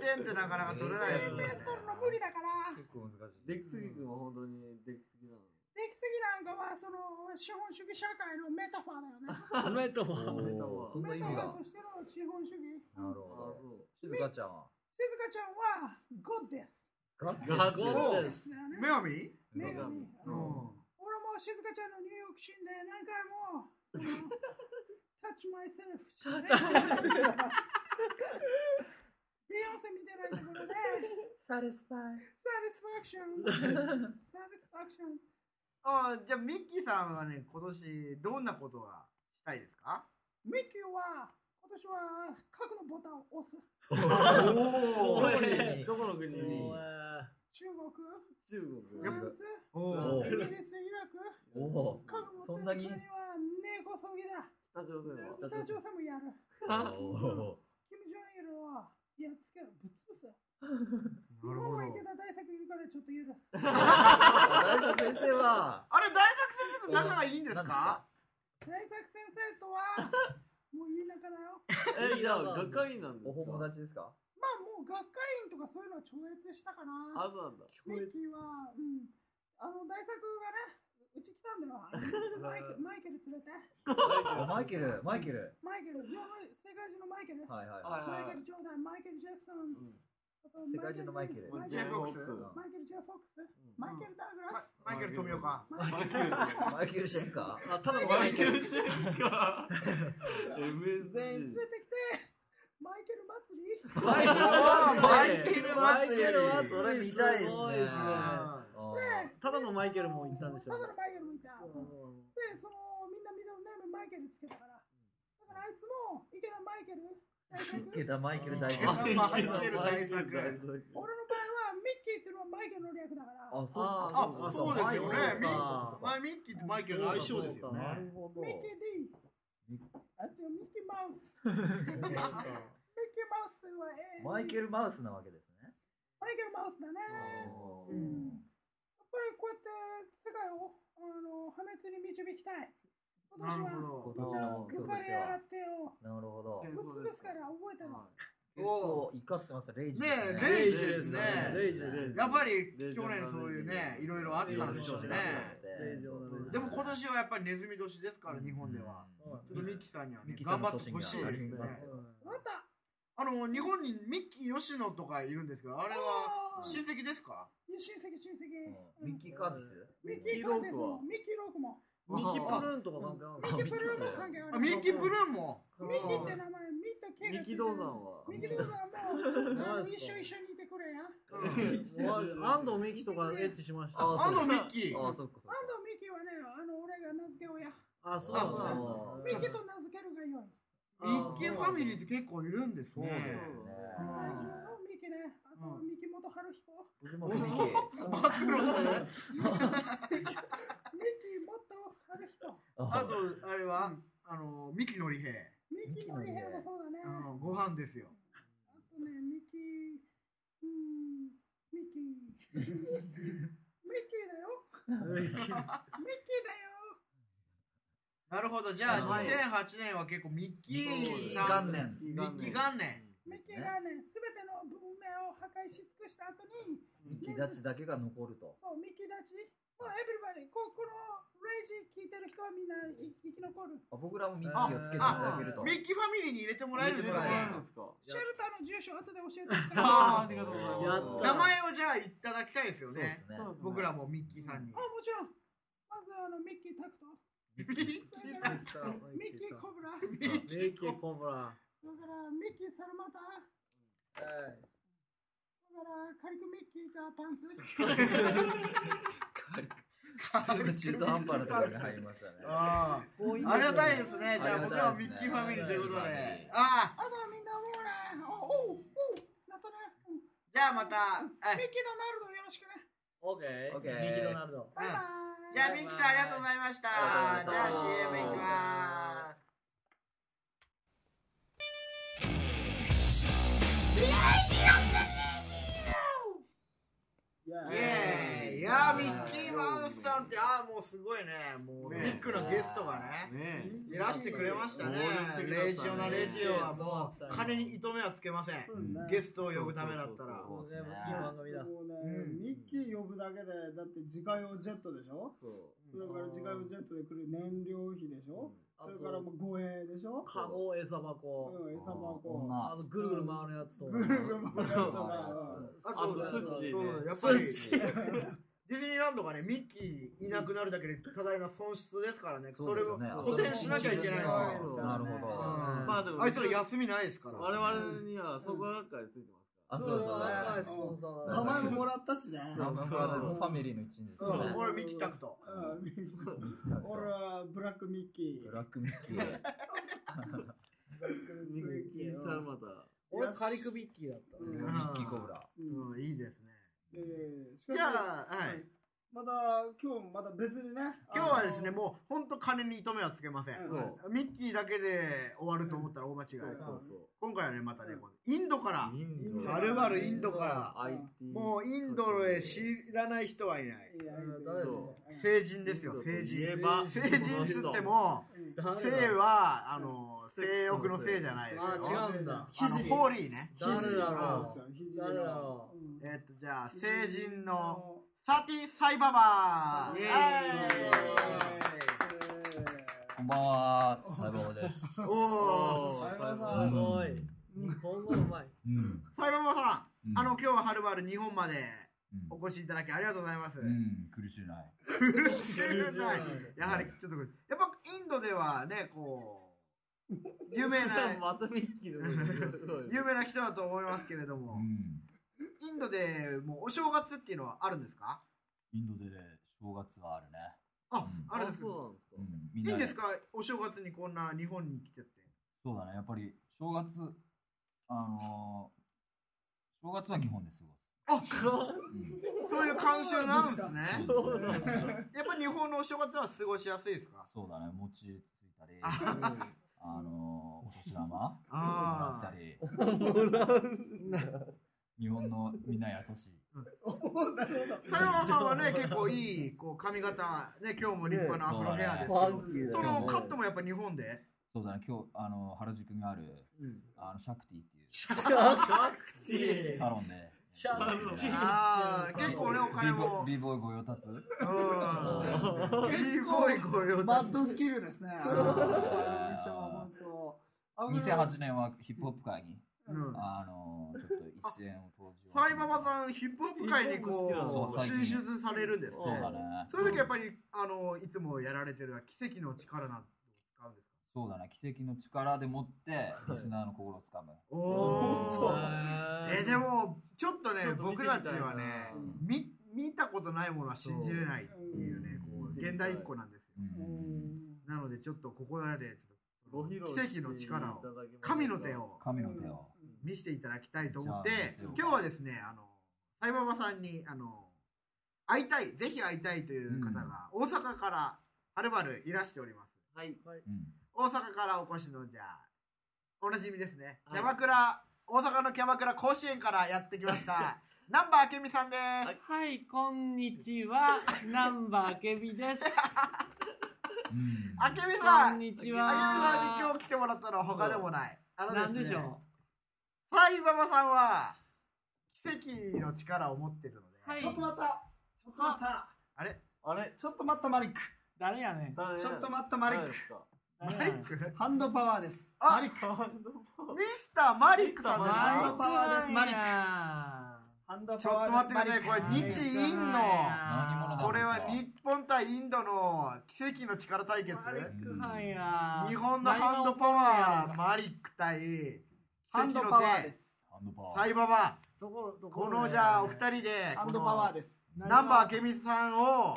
S1: 点ってなかなか取れないです
S3: 0
S1: よ
S3: 点
S1: ね。
S3: 取るの無理だから。
S2: 結構難しい。
S5: デクスギ君は本当にデクスギなの
S3: できすぎなんかは、その資本主義社会のメタファーだ
S4: お
S3: よね。
S4: めでとう。
S2: おーそんな
S3: メ
S2: 意味
S3: タフ
S2: が。
S3: ァーとしての資本主義。
S2: なるほ
S5: あ
S2: ど。
S5: そ
S2: 静香ちゃんは。
S3: 静香ちゃんは、ゴッデス。
S2: ガ
S5: うガ
S1: ゴッ
S5: ゴで
S1: デ
S5: す
S3: だよね。
S1: 女神
S3: 女神。
S1: う
S3: うん
S1: ん。
S3: 俺も静香ちゃんのニューヨークシーンで何回も、その touch myself してね。ビヨンセみたいなところで、サティスファクション。サティスファクション。
S1: あーじゃあ、ミッキーさんはね、今年、どんなことがしたいですか
S3: ミッキーは、今年は核のボタンを押す。
S5: ど
S1: お
S5: こ
S4: おい
S5: にどこの国に
S4: おー
S3: 中国、
S5: 中
S3: フ
S5: 国
S3: ランス、
S1: お
S2: お
S1: ー
S3: イギリス、イラク、
S2: おお
S3: 韓国、
S2: そんなに
S3: 国は根こそぎだ。
S5: 北朝鮮は
S3: 北朝鮮もやる。
S2: ー。お
S3: キム・ジョンイルをやっつけろ、ぶっ潰せ。
S1: な
S3: 日
S1: る
S3: 本
S1: ほど。
S3: も池田大作いるからちょっと許す。
S2: 大佐先生は。
S1: あれ、大作戦と仲がいいんです
S2: 何ですか
S1: か
S3: 大作先生とは、もういい仲だよ。
S5: えいや学会員なんですか
S2: お友達ですか。
S3: まあもう学会員とかそういうのは超越したか
S5: あ
S3: な。
S5: そうなんだ
S3: ミッキーは、うん。あの大作がね、うち来たんだよ。マイケル、マイケル連れて。
S2: あマイケル、マイケル。
S3: マイケル、日本の世界中のマイケル。
S2: はいはい
S5: は
S2: はいい。
S3: マイ
S5: は
S3: ケル・ジョーダン、マイケル・ジェフソン、あと
S2: 世界中のマイケル
S5: い
S3: マイ
S5: ジ
S3: ケ
S5: ェ
S3: ル・
S5: フ
S3: ジェフ
S5: ォックス
S2: うん
S3: マイケル・ジェフォックス、マイケル・ダグラス、
S1: マイケル富岡。
S3: マイケル・
S2: マイケルシェンカ
S4: あ、ただの
S5: マ
S4: マ
S5: イ
S4: イ
S5: ケ
S4: ケル。
S5: ルシェンか MSG
S3: 全員連れてきて、マイケル祭り、
S2: ー。
S4: マイケル
S1: マイ
S2: マイケ
S1: ケル
S2: ル
S4: マイケル祭り
S2: それ見たいですね。
S4: すごいですね
S2: あー
S4: ただのマイケルもいたんでしょ
S3: ただのマイケルもいた。で、そのみんなミドルネームマイケルつけたから、だからあいつも池田マイケル、大作
S2: 池田マイケル大
S1: マ
S2: 作。
S1: イケル大作
S3: 俺の場合はミッキーっていうのはマイケルの略だから、
S2: あ、そうか。
S1: あ、そうですよね。ミ
S2: あ
S1: ッミッキーとマイケルの相性ですよね。
S2: なるほど
S3: ミ。ッキー D、あとミッキーマウス、ミッキーマウスは A、
S2: マイケルマウスなわけですね。
S3: マイケルマウスだね。うんやっぱりこうやって世界をあの破滅に導きたい。今
S1: な
S3: 年
S1: る
S3: は
S1: ほ
S2: 今年の目標
S3: 浮
S2: と
S3: か
S2: し
S3: れ
S2: て
S3: や
S2: は。
S3: がってよ。
S2: なるほど。
S5: 戦
S2: 結
S3: ぶっ潰すから覚えてろ。
S2: 構怒ってますね。レイジですね。
S1: ねえレイジですね
S5: レイジ
S1: ど。やっぱり去年
S5: レイジ
S1: そういうね、いろいろあったんでしょうね。でも今年はやっぱりネズミ年ですから、日本では。ちょっとミッキーさんにはね、頑張ってほしいですね。
S3: また
S1: あの、日本にミッキー吉野とかいるんですけど、あれ
S3: あー
S1: は親戚ですか
S3: 親戚親戚。
S2: うんミッキーカーティス
S3: ミッキーロークもミッキーロークも
S4: ミキプルーンとか関係
S3: ミ
S2: あ
S3: ッキープルーンも関係あ
S1: あ
S3: る。
S1: ミッキーブルーンも。
S3: ミッキーって名前、ミッと K がついてる。ミキドー
S5: ミキドーさんは
S3: さんもあ
S4: 何で
S3: の
S4: す
S3: 一
S4: か
S3: 緒一緒にいてくれや。
S1: うん
S4: ない。安藤美希とかエッチしました。
S2: あ
S1: あのミッキー。
S2: ああ、そっかそっか
S3: 安。藤ミキはね、あの俺が名付け親。
S4: あ、そうなんだ。
S2: あー
S3: ミキと名付けるがよい。
S1: ミッキーファミリーって結構いるんですね。
S3: 世界中のミキね。あとミキ元春彦。
S2: 僕もミッキー。
S1: マクロね
S3: ミキ元春彦。
S1: あと、あれは、あの、ミキのりへい。
S3: ミキのりへもそうだね。
S1: あ
S3: あ
S1: のご飯ですよ。
S3: とね、ミキ、うーん、ミキ。ミキだよ。ミキだよ。
S1: なるほど。じゃあ、
S2: はい
S1: 2008年は結構ミッキーさん。
S2: 元年。
S1: ミッキー元年。
S3: ミキがね、すべての文明を破壊し尽くした後に、
S2: ミッキー立ちだけが残ると。
S3: そう、ミキたち、もうエブリバディ、ここのレイジ聞いてる人はみんない生き残る。
S2: あ僕らもミッキーをつけていただけると。
S1: ミッキーファミリーに入れてもらえるんですかね。
S3: シェルターの住所、後で教えてくれ。あ、
S5: あありがとうございま
S1: 名前をじ
S5: す
S1: ゃあいただきたいですよ
S2: そうで
S1: ね
S2: す。ね。
S1: 僕らもミッキーさんに。
S3: もちろん。まずあの、ミキタクト。
S1: ミッキー
S3: それからミキコブラ。
S1: ミッキー
S4: メイキーコブラ。
S3: だからミッキー・サルマタだから軽くミッキーがパンツ
S2: すぐ中途半端なところに入りましたね。
S1: あーありがたいですね。じゃあ僕らはミッキーファミリーということで
S2: ありがたいですね。
S1: ああ、
S3: あとはみんなもうねおおおなったねうん
S1: じゃあまた、あ
S3: ミッキー・ドナルドよろしくね
S4: オッケー。
S2: オッケー
S4: ミキドナルド。
S3: バイバイ
S1: じゃあ、ミッキーさんありがとうございました。
S2: あり
S1: じ
S2: が
S1: ゃあ、
S2: とうございま
S1: CM
S2: す
S1: いきます。
S3: イエー
S1: イエーイいやー、ミッキーマウスさんって、あーもうすごいね。もう、ビ
S5: ね
S1: ッグなゲストがね、
S5: ねえ
S1: いらしてくれましたね
S5: 暴力。的だったね
S1: レジオナレジオはも
S4: う
S1: う、金に糸目はつけません。ゲストを呼ぶためだったら。
S5: そ
S4: そ
S5: う
S4: う全部いい番組
S2: いい
S4: だ。
S3: もうね、
S1: うん
S3: ミッキー呼ぶだけで、だって自家用ジェットでしょ
S5: そ
S3: それから自家用ジェットで来る燃料費でし
S5: う
S3: ょ
S4: あ
S3: それから
S4: と、
S3: もう護衛でしょ
S4: カゴ、餌
S3: う
S4: 箱、
S3: ん、餌箱。
S2: 女
S4: あと、ぐるぐる回るやつと。
S3: ぐるぐる回るやつ
S2: 回るや
S3: とか。うん
S1: あと、
S5: あとスッチー
S1: そうや
S5: ね
S1: っぱり、デ
S4: ス
S1: ィズニ ーランドがね、ミッキーいなくなるだけで多大な損失ですからね、それを補填しなきゃいけないんです
S3: そうで。す
S1: よ
S3: ね
S2: なるほど。
S1: うん
S5: まあでも
S1: あいつら休みないですから。
S5: 我々にはそこばっかりついてますか
S2: あ
S4: そ
S2: そ
S4: そ
S2: ううそうう
S4: そう、
S2: だ
S4: 若いスポンサー
S3: 名
S4: だ。
S3: 前ももらったしね。
S2: ナンバーブラザーズのファミリーの一員ですね
S1: そううんこれミキタクト。
S3: うんミッキー俺はブラックミッキー。
S2: ブラックミッキー
S5: らミッキーさんまた
S4: 俺、カリクビッキーだった。
S3: うん
S2: ミッキーコブラ
S3: うん
S1: うん、いいですね。
S3: えーしかし
S1: じゃあ、はい。
S3: また今日また別にね
S1: 今日はですね、
S3: あの
S1: もう本当金に糸目はつけません。
S5: そう
S1: ミッキーだけで終わると思ったら大間違い。
S5: そうそうそう
S1: 今回はね、またね、インドから、
S5: インド
S1: はるばるインドから、
S5: IT
S1: もうインドへ知らない人はいない。
S3: いやいいです
S4: 誰
S5: ですか
S3: うん
S1: 成人ですよ、成
S5: 言え
S1: 人。
S5: ば
S1: 成人っつっても、
S3: うん
S4: 誰だ
S1: 性は、あの、性欲の性じゃないですよ。
S4: あ、
S1: う。
S4: 違うんだ。
S1: あの、ホーリーね。
S4: 誰だろ
S3: そうですよ肘
S4: 誰だろう
S3: うん
S1: えっと、じゃあ、成人の、サティサイババー
S5: イエーイ
S2: こんばんはサイボーです
S1: おお
S5: おー
S3: ありがとうございます
S4: すごい。日本語う まい。
S2: うん
S1: サイババーさ
S2: うん
S1: ん、あの、今日ははるばる日本まで
S2: うん
S1: お越しいただきありがとうございます。
S2: うん苦しゅうない
S1: 苦しくない。やはり、ちょっと、やっぱインドではね、こう、有名な、
S5: またミッキーの声すごい
S1: 有名な人だと思いますけれど
S2: う
S1: も、
S2: ん
S1: インドでもうお正月っていうのはあるんですか
S2: インドで正月はあるね
S1: あ、
S5: あ
S1: あるんです
S5: そうなんですか
S2: うんみん
S1: い
S2: ない
S1: んですかお正月にこんな日本に来てって。
S2: そうだねやっぱり正月あのー正月は日本ですごい
S1: そういう慣習なんですね。
S5: そうなんですか
S1: やっぱ日本のお正月は過ごしやすいですか
S2: そうだね餅ついたり
S5: うん
S2: あのーお年玉も
S1: あ
S2: ら
S1: ー
S2: ったり
S5: もらうんだ
S2: 日本のみんな優しい
S3: おなるほど
S1: 太郎さんはね、結構いいこう髪型、ね、今日も立派なアフロヘアですけ
S5: そうだ
S1: ど、
S5: ね
S1: そ
S2: ファンキーだ
S1: の
S2: ね
S1: カットもやっぱ日本で。
S2: そうだね今日あの原宿にあるあのシャクティっていう
S4: シャ
S2: サロンで
S4: シャクティ
S1: ああ、結構ね、お金も。
S2: ビーボーイ御用達
S1: うん。ビーボーイ御用
S3: マ
S1: 達
S3: ッ。ドスキルですねあの
S2: そう
S3: お店は本当
S2: 2008年はヒップホップ界に
S1: うん
S2: あのちょっと一円を投じよう
S1: サイババさん、ヒップホップ界にこう、
S2: そう
S1: 進出されるんです
S2: そうだ
S1: ね。
S2: ね
S1: そういう時はやっぱり、あの、いつもやられてるのは奇跡の力なんて使うんですか
S2: そうだね奇跡の力でもってリスナーの心をつかむ
S1: お
S5: ー
S1: ー。え、でも、ちょっとね
S5: ちょっ、と見て
S1: 僕
S5: みたいな
S1: たちはね、見、見たことないものは信じれないっていうね、こう、現代っ子なんですよ。
S3: う
S2: うん
S3: ん
S1: なので、ちょっとここらで、ちょ
S5: ご
S1: っ
S5: 披
S1: と、
S5: 露して
S1: 奇跡
S5: いただ
S1: の力を
S5: けます、か
S1: 神の手を
S2: 神の手を
S1: 見せていただきたいと思っ
S2: じゃあ
S1: て
S2: ですよ、
S1: 今日はですね、あの、サイババさんに、あの、会いたい、ぜひ会いたいという方が、大阪から、はるばるいらしております。
S5: はい
S2: うん
S1: 大阪からお越しの、じゃあ、おなじみですね。
S5: は
S1: キ
S5: い
S1: ャバクラ、大阪のキャバクラ甲子園からやってきました。南波明美さんです。
S6: はい、こんにちは。ナンバーあけ びです。
S2: うん
S1: 明美さ
S6: こん
S1: ん、明美
S6: にち
S1: さんに今
S6: は。
S1: 日来てもらったのは他でもない。あの
S6: なん
S1: すね
S6: でしょ
S1: サイババさんは、奇跡の力を持ってるので。
S6: はい
S3: ちょっと待ったちょっと待った
S1: あれ
S5: あれ
S3: ちょっと待ったマリック
S6: う誰やねん。
S5: 誰
S3: ちょっと待ったマリッ
S5: 誰
S3: ク
S5: ですか
S6: 誰や
S1: マ
S6: ね
S1: リ
S6: ん
S1: ック
S3: ハンドパワーです
S1: あ
S3: マリック
S5: ハンドパワー
S1: ミスターマリックさんです
S5: ミスターマリッ
S1: か
S5: ク
S3: パワーですマリック
S6: ク。
S3: ハンド
S1: ち
S3: パ
S1: ょっ
S3: ワ
S1: と待
S3: ー
S1: っ
S3: です
S1: てくだ
S3: マリック
S1: さい。これ日印の、
S2: 何者だ
S1: これは日本対インドの奇跡の力対決。
S6: はいや。
S1: 日本のハンドパワー、マリック対、奇
S3: ハ
S1: 跡
S3: ン
S1: の
S3: ド
S1: 手
S3: パワーです
S2: ハンドパワー
S1: サイババ、
S4: ところ、とこ
S1: こ
S4: ろ
S1: の
S4: で
S1: じゃあお二人で、
S3: ハ
S1: こ
S3: ンド
S1: の
S3: パワーです
S1: ナンバー明美さんを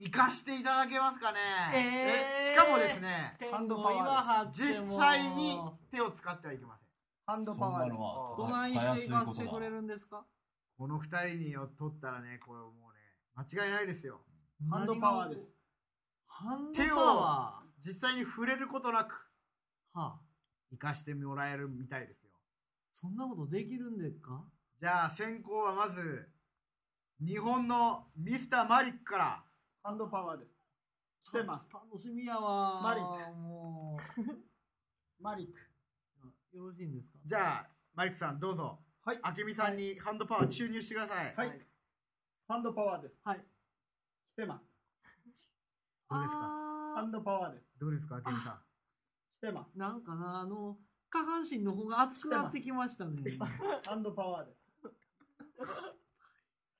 S1: 生かしていただけますかね。
S6: えー
S1: しかもですね、
S6: ハンドパワー
S1: 実際に手を使ってはいけません。
S3: ハンドパ
S2: そん
S3: ワ
S2: な
S3: ーです
S2: のは
S6: どないしていかせてくれるんですか
S1: この二人によ取ったらね、これもうね、間違いないですよ。
S5: ハンドパワーです。
S6: ハンドパワ
S1: 実際に触れることなく、
S6: ー。はあ、
S1: 生かしてもらえるみたいですよ。
S6: そんなことできるんでっか
S1: じゃあ、先行はまず、日本のミスターマリックから、
S5: ハンドパワーです。来てます。
S6: 楽しみやわー。
S5: マリ
S6: も
S5: マリック。
S6: う、よろしいんですか
S1: じゃあ、マリックさんどうぞ。
S5: はい
S1: あけみさんにハンドパワー注入してください。
S5: はい。ハンドパワーです。
S6: はい。
S5: 来てます。
S1: どうですか
S5: ハ
S6: あ
S5: ンドパワーです。
S1: どうですか、あけみさん。
S5: 来てます
S6: ー。なんかな、あの、下半身の方が熱くなってきましたね。
S5: ハンドパワーです。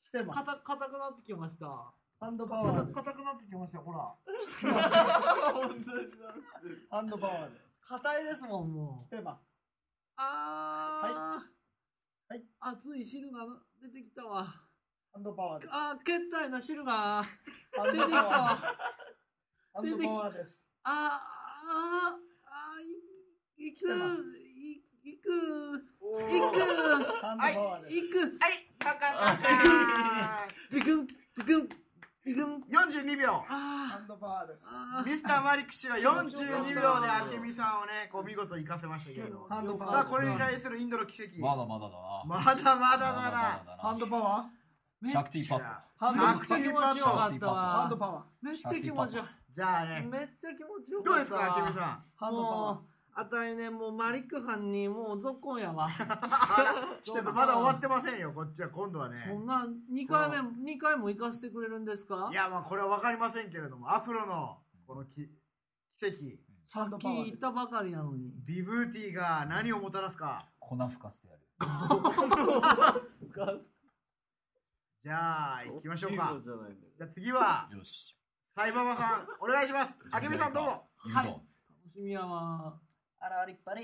S5: 来てます。
S6: 硬硬くなってきました。
S5: ハンドパワーです。
S2: 硬くなってきましたよほら
S5: ハンドパワーです。
S6: 硬いですもん、もう
S5: 来。てます。
S6: あー、
S5: はいはい
S6: 熱い汁が出てきたわ。
S5: ハンドパワーです。
S6: あー、血体の汁が
S5: ハ
S6: 出
S5: ン
S6: て
S5: ド
S6: き
S5: パ
S6: た
S5: ワ
S6: わ。
S5: ーです。ハンドパワーです。
S6: あー、あー、あー、いいく
S5: 来てま、
S6: いいく、
S1: お
S6: い
S1: ー
S5: ハンドパワー
S6: く、
S5: です。
S6: いく、
S1: はい、カンカンカン
S6: ビクン、ビクン、ビクン、
S1: カン42秒
S5: ハ
S6: あー、
S5: ンドパワーです。
S6: あー
S1: ミスターマリック氏は42秒であけみさんをね、こう見事生かせましたけれども。
S5: ハンドパ
S1: さあ、
S5: ワー。
S1: これに対するインドの奇跡。
S2: まだまだだな
S1: まだまだだ
S2: ま
S1: な。
S2: だ
S5: ハンドパワー
S2: シャクティパッ
S5: ハン
S6: め
S5: ドパ
S6: っ
S5: ワー
S6: ちゃ気持ちよかった
S5: ハン
S6: わ
S5: ド。パワー。
S6: めっちゃ気持ちよ、
S1: じゃあ
S6: めっ
S1: ね、
S6: ちゃ気持ちよ
S1: どう
S6: か
S1: で
S6: っ
S1: す
S6: た
S1: か、あけみ
S6: わ。
S1: さん。
S5: ハンドパワー
S6: も。う、あたいね、もうマリックさんにもうぞっこんやわ。
S1: ちょっとまだ終わってませんよ、こっちは今度はね。
S6: そんな、2回目、二回も行かせてくれるんですか
S1: いや、まあこれは分かりませんけれども、アフロのこのき奇跡、
S5: ハンドパワー
S6: 聞
S5: で
S6: い
S5: す。
S6: たばかりなのに。
S1: ビブーティーが何をもたらすか。
S2: 粉吹かせてやる
S1: じゃあ、行きましょうか。
S7: じゃないんだよ
S1: じゃあ次は、
S2: よし
S1: サイババさん、お願い します。あけみさんどうぞ。
S2: い
S6: はい楽しみやわ。
S8: あらりっぱれ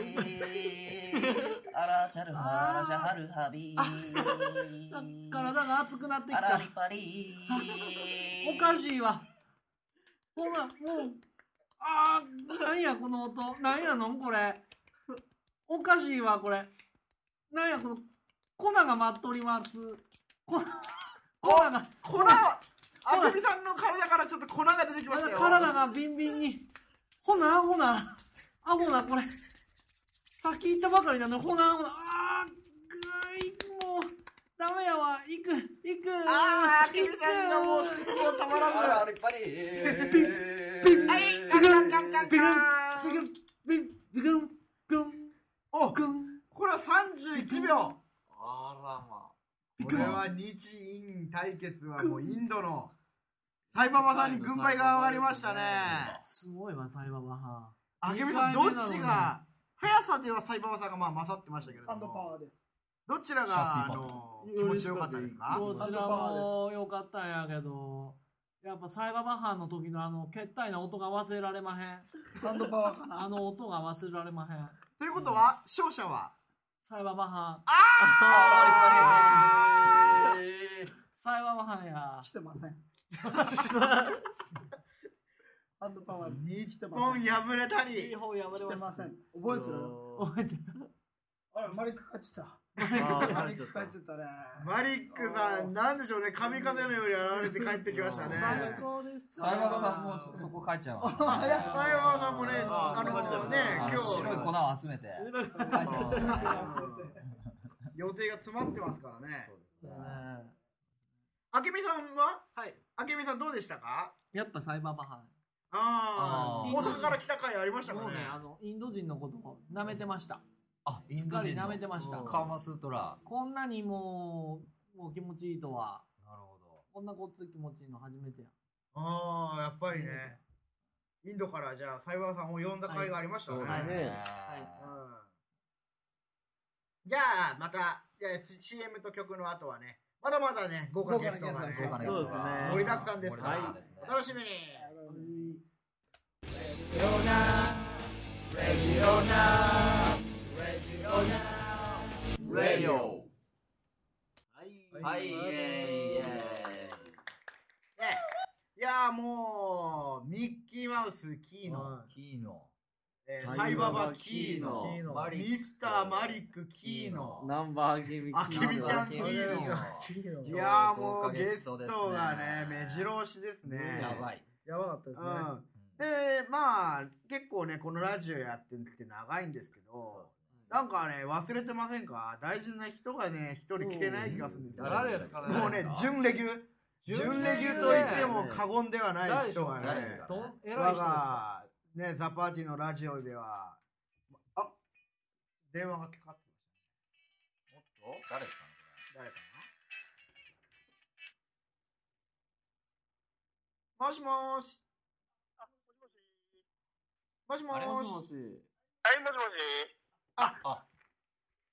S8: ー。 あらちゃるはらじゃはるはびー。
S6: 体が熱くなってき
S8: あら
S6: た
S8: りっ。ぱれー。
S6: おかしいわ。ほら、もう、あー、なんやこの音。なんやのんこれ。おかしいわ、これ。なんやこの、粉が舞っております。粉、粉が、
S1: 粉あけみさんの体からちょっと粉が出てきま
S6: ま
S1: し
S6: だ
S1: たよ。
S6: 体がビンビンに。ほな、ほな。あ、ほな、これ。さっき言ったばかりなのに、ほな、ほな。あー、ぐーい、もう、ダメやわ。行く、行く。
S1: あー、あけみさんがもう、もうたまら
S8: あら
S1: ず。
S8: りっぱれー。
S1: はい、カンカンカンカン
S6: ビグン
S1: カン。、
S6: ビグン、ビグン、ビグン、
S1: お、
S6: ビグン、
S1: これは31秒。
S7: あらま
S6: ビ
S1: こ
S6: グ
S1: れ
S6: ン。
S1: は日印対決はもうインドのサイババさんに軍配が上がりましたね。
S6: すごいわ、サイバーバハ。
S1: あけみさん、どっちが、速さではサイババさんがまあ勝ってましたけれ
S5: ハ
S1: ど
S5: ンドパ
S1: も、
S5: ワーです。
S1: どちらがあの気持ちよかったですか
S6: どちらも良かったんやけど、やっぱサイバーバハの時のあの、決体な音が忘れられまへん。
S5: ハンドパワーかな。
S6: あの音が忘れられまへん。
S1: ということは、勝者は、
S6: サイバーバハン。
S1: あ
S6: サイバーバハンや。
S5: 来てません。ハンドパワー
S1: ー
S5: 来
S1: 日
S5: て
S1: 本
S5: ません。
S1: 敗れた
S6: いい
S1: り、
S6: 方やめれ
S5: 来て
S6: ま
S5: ま
S6: し
S5: せ
S6: た
S5: ん。。覚えてる
S7: あ
S6: 覚えてる
S5: あら、マリック勝ちた。
S7: ー
S5: マ
S7: あ
S5: リ
S7: れ
S5: ッ
S7: ちょっ
S5: ク
S7: と
S5: 勝ってたね。
S1: マリックさん、なんでしょうね、神風のように現れて帰ってきましたね。
S6: 最高でした。
S2: サイババさんもそそこ帰っちゃうわ
S1: サイババさんもね、あのね、
S2: あの
S1: 今
S2: 白い
S1: 日
S2: 粉、を集めて帰っちゃいましたね
S1: 予定が詰まってますからね。
S6: ね
S1: あけみさんは
S6: はい。
S1: あけみさんどうでしたか
S6: やっぱサイバーバハン。
S1: ああ
S2: あ
S1: ー、
S2: ー
S1: 大阪から来た回ありましたかね
S6: もうね、あの、インド人のことを舐めてました。
S2: あイ
S6: しっ
S2: ン
S6: か
S2: ド
S6: り
S2: 人
S6: 舐めてました
S2: の。カーマスートラ
S6: こんなにもう、もう気持ちいいとは、
S2: なるほど
S6: こんなごっつい気持ちいいの初めてや。
S1: ああ、やっぱりね。インドからじゃあ、サイバーさんを呼んだ回がありましたね。
S2: そう
S1: は
S2: で
S1: い
S2: す
S1: うん
S2: ね
S1: じゃあ、また、じゃあ CM と曲の後はね、まだまだね、豪華ゲストがね
S5: 豪華なゲストが
S7: そうですね
S1: 盛りだくさんですから、
S2: 盛りだくさんですね
S1: 楽しみに。
S7: レイオ
S6: はい
S7: はいイエーイイエーイ
S1: ねいやーもう、ミッキーマウス、キーノ、
S2: キーノ
S1: えーサイババキーノ、
S7: キーノ
S1: マリックミスターマリックキーノ、
S5: ナンバーゲミ
S1: あけみちゃんキーノ。いやーもうゲストがね、目白押しですね。
S7: やばい。
S4: やばかったで
S1: う
S4: す
S1: ん
S4: ね。。
S1: で、まあ、結構ね、このラジオやってて長いんですけど、なんかね、忘れてませんか大事な人がね、一人来てない気がするんですよ。
S7: 誰ですかね
S1: もうね、準レギュ、準レギュと言っても過言ではない人が
S7: 誰です
S1: ね
S7: か、
S4: どん偉い人
S1: 我
S4: ですか
S1: が、ね、ザ・パーティーのラジオでは、あ電話がかかって
S7: おっと誰ですかね
S1: きた。誰かなもしもーし。もしも
S7: あれ
S1: ーし。
S5: もし
S9: はい、もしもし。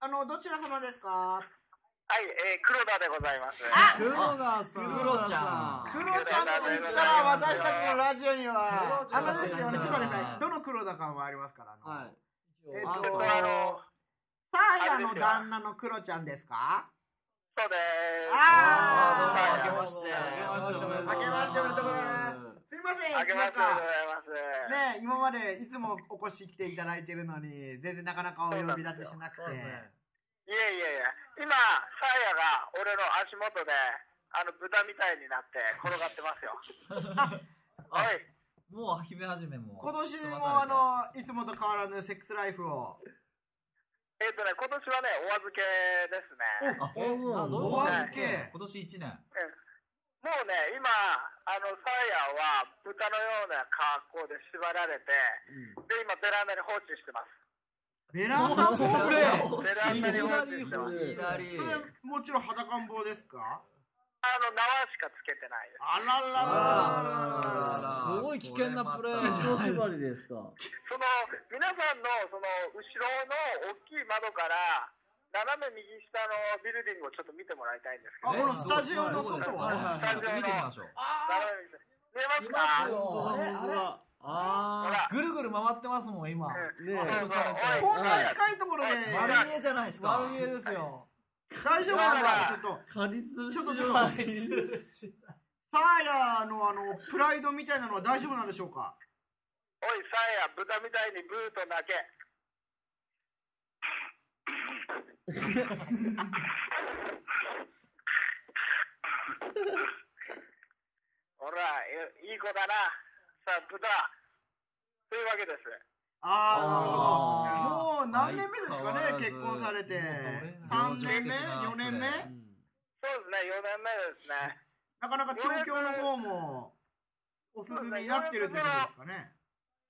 S1: あの、どちら様ですか
S9: はい、えー、黒田でございます。
S6: 黒田さん。
S7: 黒ちゃん
S1: 黒ちゃんと言ったら私たちのラジオには
S7: 黒ちゃ
S1: あ
S7: ん
S1: のですよねちょっと待ってくだ
S7: は
S1: さい
S7: い
S1: どの黒田かもありますからあの
S5: はい
S1: えっと
S9: 僕はあの、
S1: サーヤの旦那の黒ちゃんですか
S9: そうでーす。
S7: ー
S1: あ
S9: はい
S7: 明けまして
S1: 明けましておめでとうございますすいませ
S9: 明け
S1: んなん
S9: ましてお
S1: か
S9: めでとうございます。
S1: ね今までいつもお越し来ていただいてるのに全然なかなかお呼び立てしなくて
S9: いやいやいや、今、サーヤが俺の足元で、あの、豚みたいになって転がっ てますよ。はい、
S2: もう姫始めも。
S1: 今年もあのいつもと変わらぬセックスライフを
S9: えっ、とね、今年はね、お預けですね。
S2: あ、
S5: えなん
S1: お
S5: どういうこと
S1: 預け
S2: 今年一年。
S9: もうね、今、あの、サーヤは豚のような格好で縛られて、で、今、ベランダに放置してます。
S1: ベランダボープレイ
S9: ベランダに放置してます。
S7: いきなり。
S1: それもちろん裸ん坊ですか
S9: あの、縄しかつけてないです。
S1: あらららららら
S4: すごい危険なプレー。
S5: 一度縛りですか
S9: その、皆さんの、その、後ろの大きい窓から、斜め右下のビルディングをちょっと見てもらいたいんです
S1: あ、
S9: けど、
S1: このスタジオの外
S2: はい
S1: は
S2: はいはいちょっと見てみましょう。
S9: 斜め右下。見えます
S4: あ
S5: 本
S9: か
S5: 当だ本当だあ
S9: ら。
S4: ぐるぐる回ってますもん、今。
S9: うん
S5: ねえ
S9: そうそうおい
S1: こんな近いところで
S2: 丸見えじゃないですか。
S4: 悪見えですよ。
S1: 大丈夫なんだちょっと
S5: ー仮吊るし
S1: ちょっとちょっと
S5: 縛り
S1: サーヤのあのプライドみたいなのは大丈夫なんでしょうか
S9: おい、サーヤ、豚みたいにブーと泣け。ほら、いいい子だな。さあ、豚。というわけです。
S1: ああな
S2: あ
S1: るほどもう何年目ですかね
S2: 相変
S1: 結
S2: わら
S1: 婚
S2: ず
S1: されて
S2: もうど
S1: 3
S2: れ
S1: 年目4年目
S9: そうですね、4年目ですね。
S1: なかなか調教の方もおすすめになってるということですかね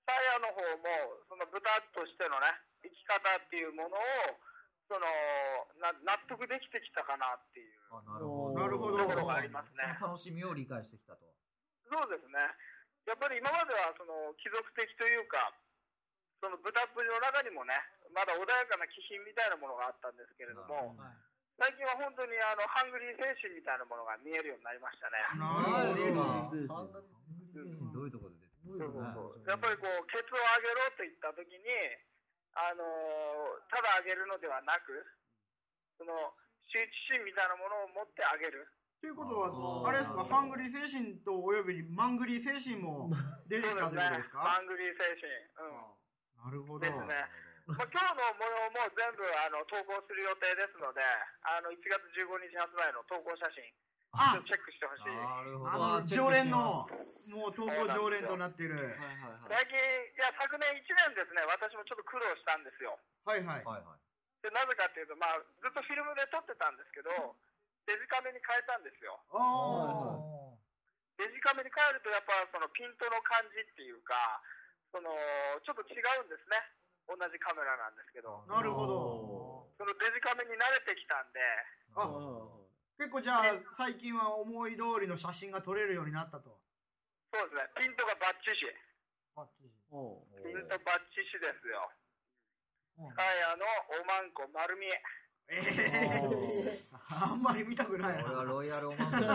S9: サヤの方も、その豚としてのね、生き方っていうものを、その、な納得できてきたかなっていう
S2: あなるほど。
S1: なるほど
S9: ところがありますね。
S2: 楽しみを理解してきたと。
S9: そうですね。やっぱり今まではその貴族的というか、その豚っぷりの中にもね、まだ穏やかな気品みたいなものがあったんですけれども、最近は本当にあのハングリー精神みたいなものが見えるようになりましたね。
S1: なるほ
S2: 精
S1: ど
S2: 神
S5: 精神
S2: どういうところで
S9: そうそうそうやっぱりこう、ケツを上げろと言ったときに、あのーただ上げるのではなく、その、羞恥心みたいなものを持って上げる。
S1: ということはあれですかハングリー精神とおよびにマングリー精神も出てき
S9: そうで
S1: たということで
S9: すね
S1: す。か
S9: ハングリー精神。
S1: なる
S9: うん。
S1: ほど
S9: ですね。まあ、今日の模様も全部あの投稿する予定ですので、あの1月15日発売の投稿写真、
S1: あ
S9: ちょっとチェックしてほしい。
S2: なるほど。
S1: あの常連のもう投稿常連となってる
S5: はいはいはい
S9: 最近、いや、昨年1年ですね、私もちょっと苦労したんですよ。
S1: はいはい
S2: はいは
S9: でなぜかっていうと、まあ、ずっとフィルムで撮ってたんですけど、デジカメに変えたんですよ。
S1: ああ
S9: デジカメに変えると、やっぱそのピントの感じっていうか、そのちょっと違うんですね。同じカメラなんですけど、
S1: なるほど。
S9: そのデジカメに慣れてきたんで、
S1: あ
S5: はいはいはい
S1: 結構じゃあ、最近は思い通りの写真が撮れるようになったと。
S9: そうですね、ピントがバッチシ。
S5: おう
S9: ピントバッチシですよ。サヤのおまんこ丸見え。
S1: ええあんまり見たくない
S2: い。これは
S1: な。
S2: ロイヤルおまんこですね。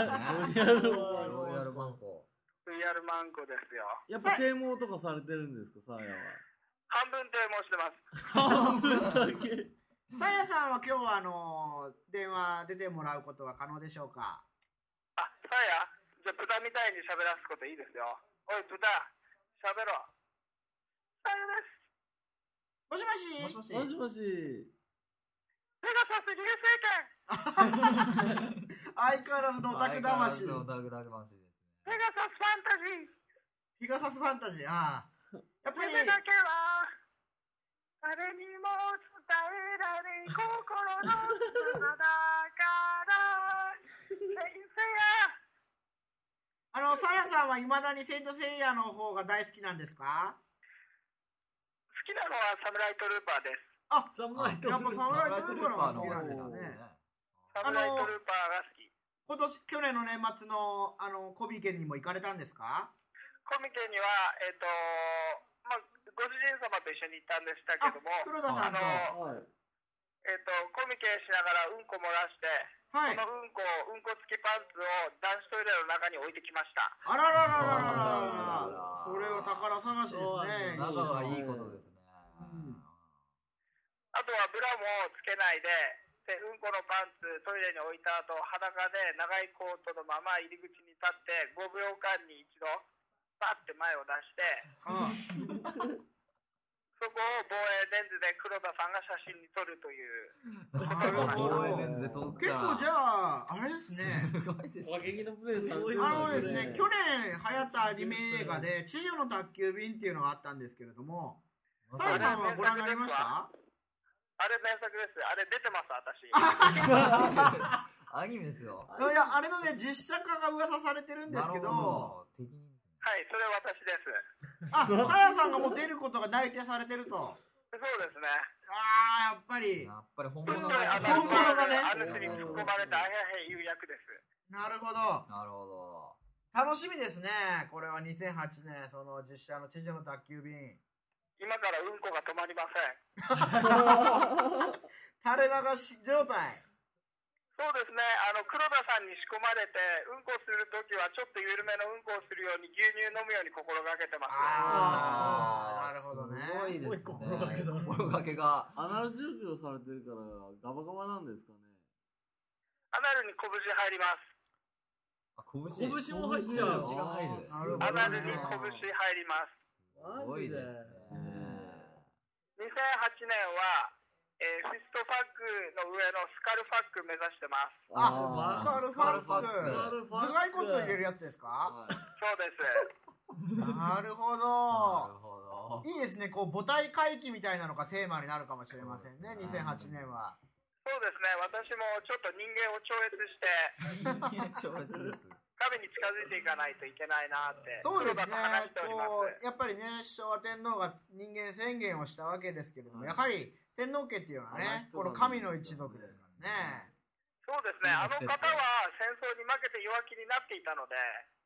S2: ロイヤルマンコ。
S9: リアルマンコですよ。
S5: やっぱ啓蒙とかされてるんですかサーヤは
S9: 半分低もしてます。
S1: さやさんは今日はあの電話出てもらうことは可能でしょうか
S9: あ、サヤ、じゃあ豚みたいに喋らすこといいですよ。おい、豚、喋ろう。サヤです。
S1: もしもし
S7: もしもし。
S5: もしもし。
S9: ペガサス流星拳
S1: 相変わらずのオタク魂
S7: 相変わらずオタク魂ですね。
S9: ペガサスファンタジー
S1: ピガサスファンタジーああやっぱり
S9: 夢だけは誰にも伝えられん心の砂だから先生や
S1: あのサーヤさんはいまだにセイントセイヤの方が大好きなんですか
S9: 好きなのはサムライトルーパーです
S6: ザムライト
S1: やっぱサムライトルーパーの方が好きなんです
S7: そうで
S1: ね
S7: すね。
S9: サムライトルーパーが好き
S1: 今年去年の年末のあのコビケにも行かれたんですか
S9: コミケにはえっ、とまあご主人様と一緒に行ったんでしたけ
S1: あ
S9: ども
S1: 黒田さんと
S9: あ
S5: はい。
S9: のえっ、とコミケしながらうんこ漏らして
S1: はい
S9: そのうんこをうんこ付きパンツを男子トイレの中に置いてきました
S1: あらららら
S7: あ
S1: らら
S7: ら
S1: らそれは宝探し
S5: そうなんで
S1: で
S5: す
S1: す
S7: 仲
S1: ね
S7: がいいことですね。
S9: あとはブラもつけないで、でうんこのパンツ、トイレに置いた後、裸で長いコートのまま入り口に立って、5秒間に一度、バッて前を出して、
S1: う
S9: そこを防衛レンズで黒田さんが写真に撮るという。
S1: んなるほど
S7: 応援レンズで遠くか
S1: 結
S7: ら
S1: 構じゃああれですね
S7: すごいですね。
S5: 和劇のプレイさんということ。
S1: あのですね、去
S5: 日
S1: 年流行ったアニメ映画で、知女の宅急便っていうのがあったんですけれども、サイさんはご覧になりました
S9: あれ名作です。あれ出てます、私。
S7: アニメですよ。
S1: いや、あれのね、実写化が噂されてるんですけ
S7: なる
S1: ど、
S7: ほど。適任ですね。
S9: はい、それ私で
S1: あ、
S9: す。
S1: サヤさんがもう出ることが内定されてると。あ
S9: そうですね。
S1: あやっぱり
S7: や。っぱり本
S9: 本
S7: 物
S9: 当
S7: の
S9: にあ
S1: 本
S9: の、
S1: 物だね
S9: あの人に突っ込まれて、あへへ言う役です。
S1: なるほど。
S7: なるほど。
S1: 楽しみですね。これは2008年、その実写の知女の宅急便。
S9: 今からうんこが止まりません。
S1: 垂れ流し状態。
S9: そうですね、あの黒田さんに仕込まれて、うんこするときはちょっと緩めのうんこをするように牛乳飲むように心がけてます。
S1: ああ、な
S7: ー
S1: るほどね。
S7: すごいですね。
S6: 心が
S7: 心がけ
S6: けだ
S7: が。
S5: アナル準備をされてるから、ガバガバなんですかね。
S9: アナルに拳入ります。
S7: あ拳。
S6: 拳も入っちゃう
S7: 拳が入る。
S1: なるほどね
S9: アナルに拳入ります。
S7: すごいですね。
S9: 2008年は、えーフィストファックの上のスカルファック目指してます。
S1: あ、スカルファック。
S7: スカ
S6: ルファック
S1: 頭蓋骨を入れるやつですか
S5: はい。
S9: そうです。
S1: なるほ
S7: なる。ほど。
S1: どいいですね、こう母体回帰みたいなのがテーマになるかもしれません
S7: そう
S1: ね、
S7: ですね
S1: 2008年は。
S9: そうですね、私もちょっと人間を超越して、
S7: 人間超越です。
S9: 神に近づいていかないといけないなって、
S1: そうですね、
S9: 黒田と話しておりま
S1: こ
S9: す。
S1: うやっぱりね、昭和天皇が人間宣言をしたわけですけれども、
S5: はい
S1: やはり天皇家っていうのは
S5: あの
S1: ね、
S5: 人
S1: この神の一族ですからね。
S9: そうですね、あの方は戦争に負けて弱気になっていたので、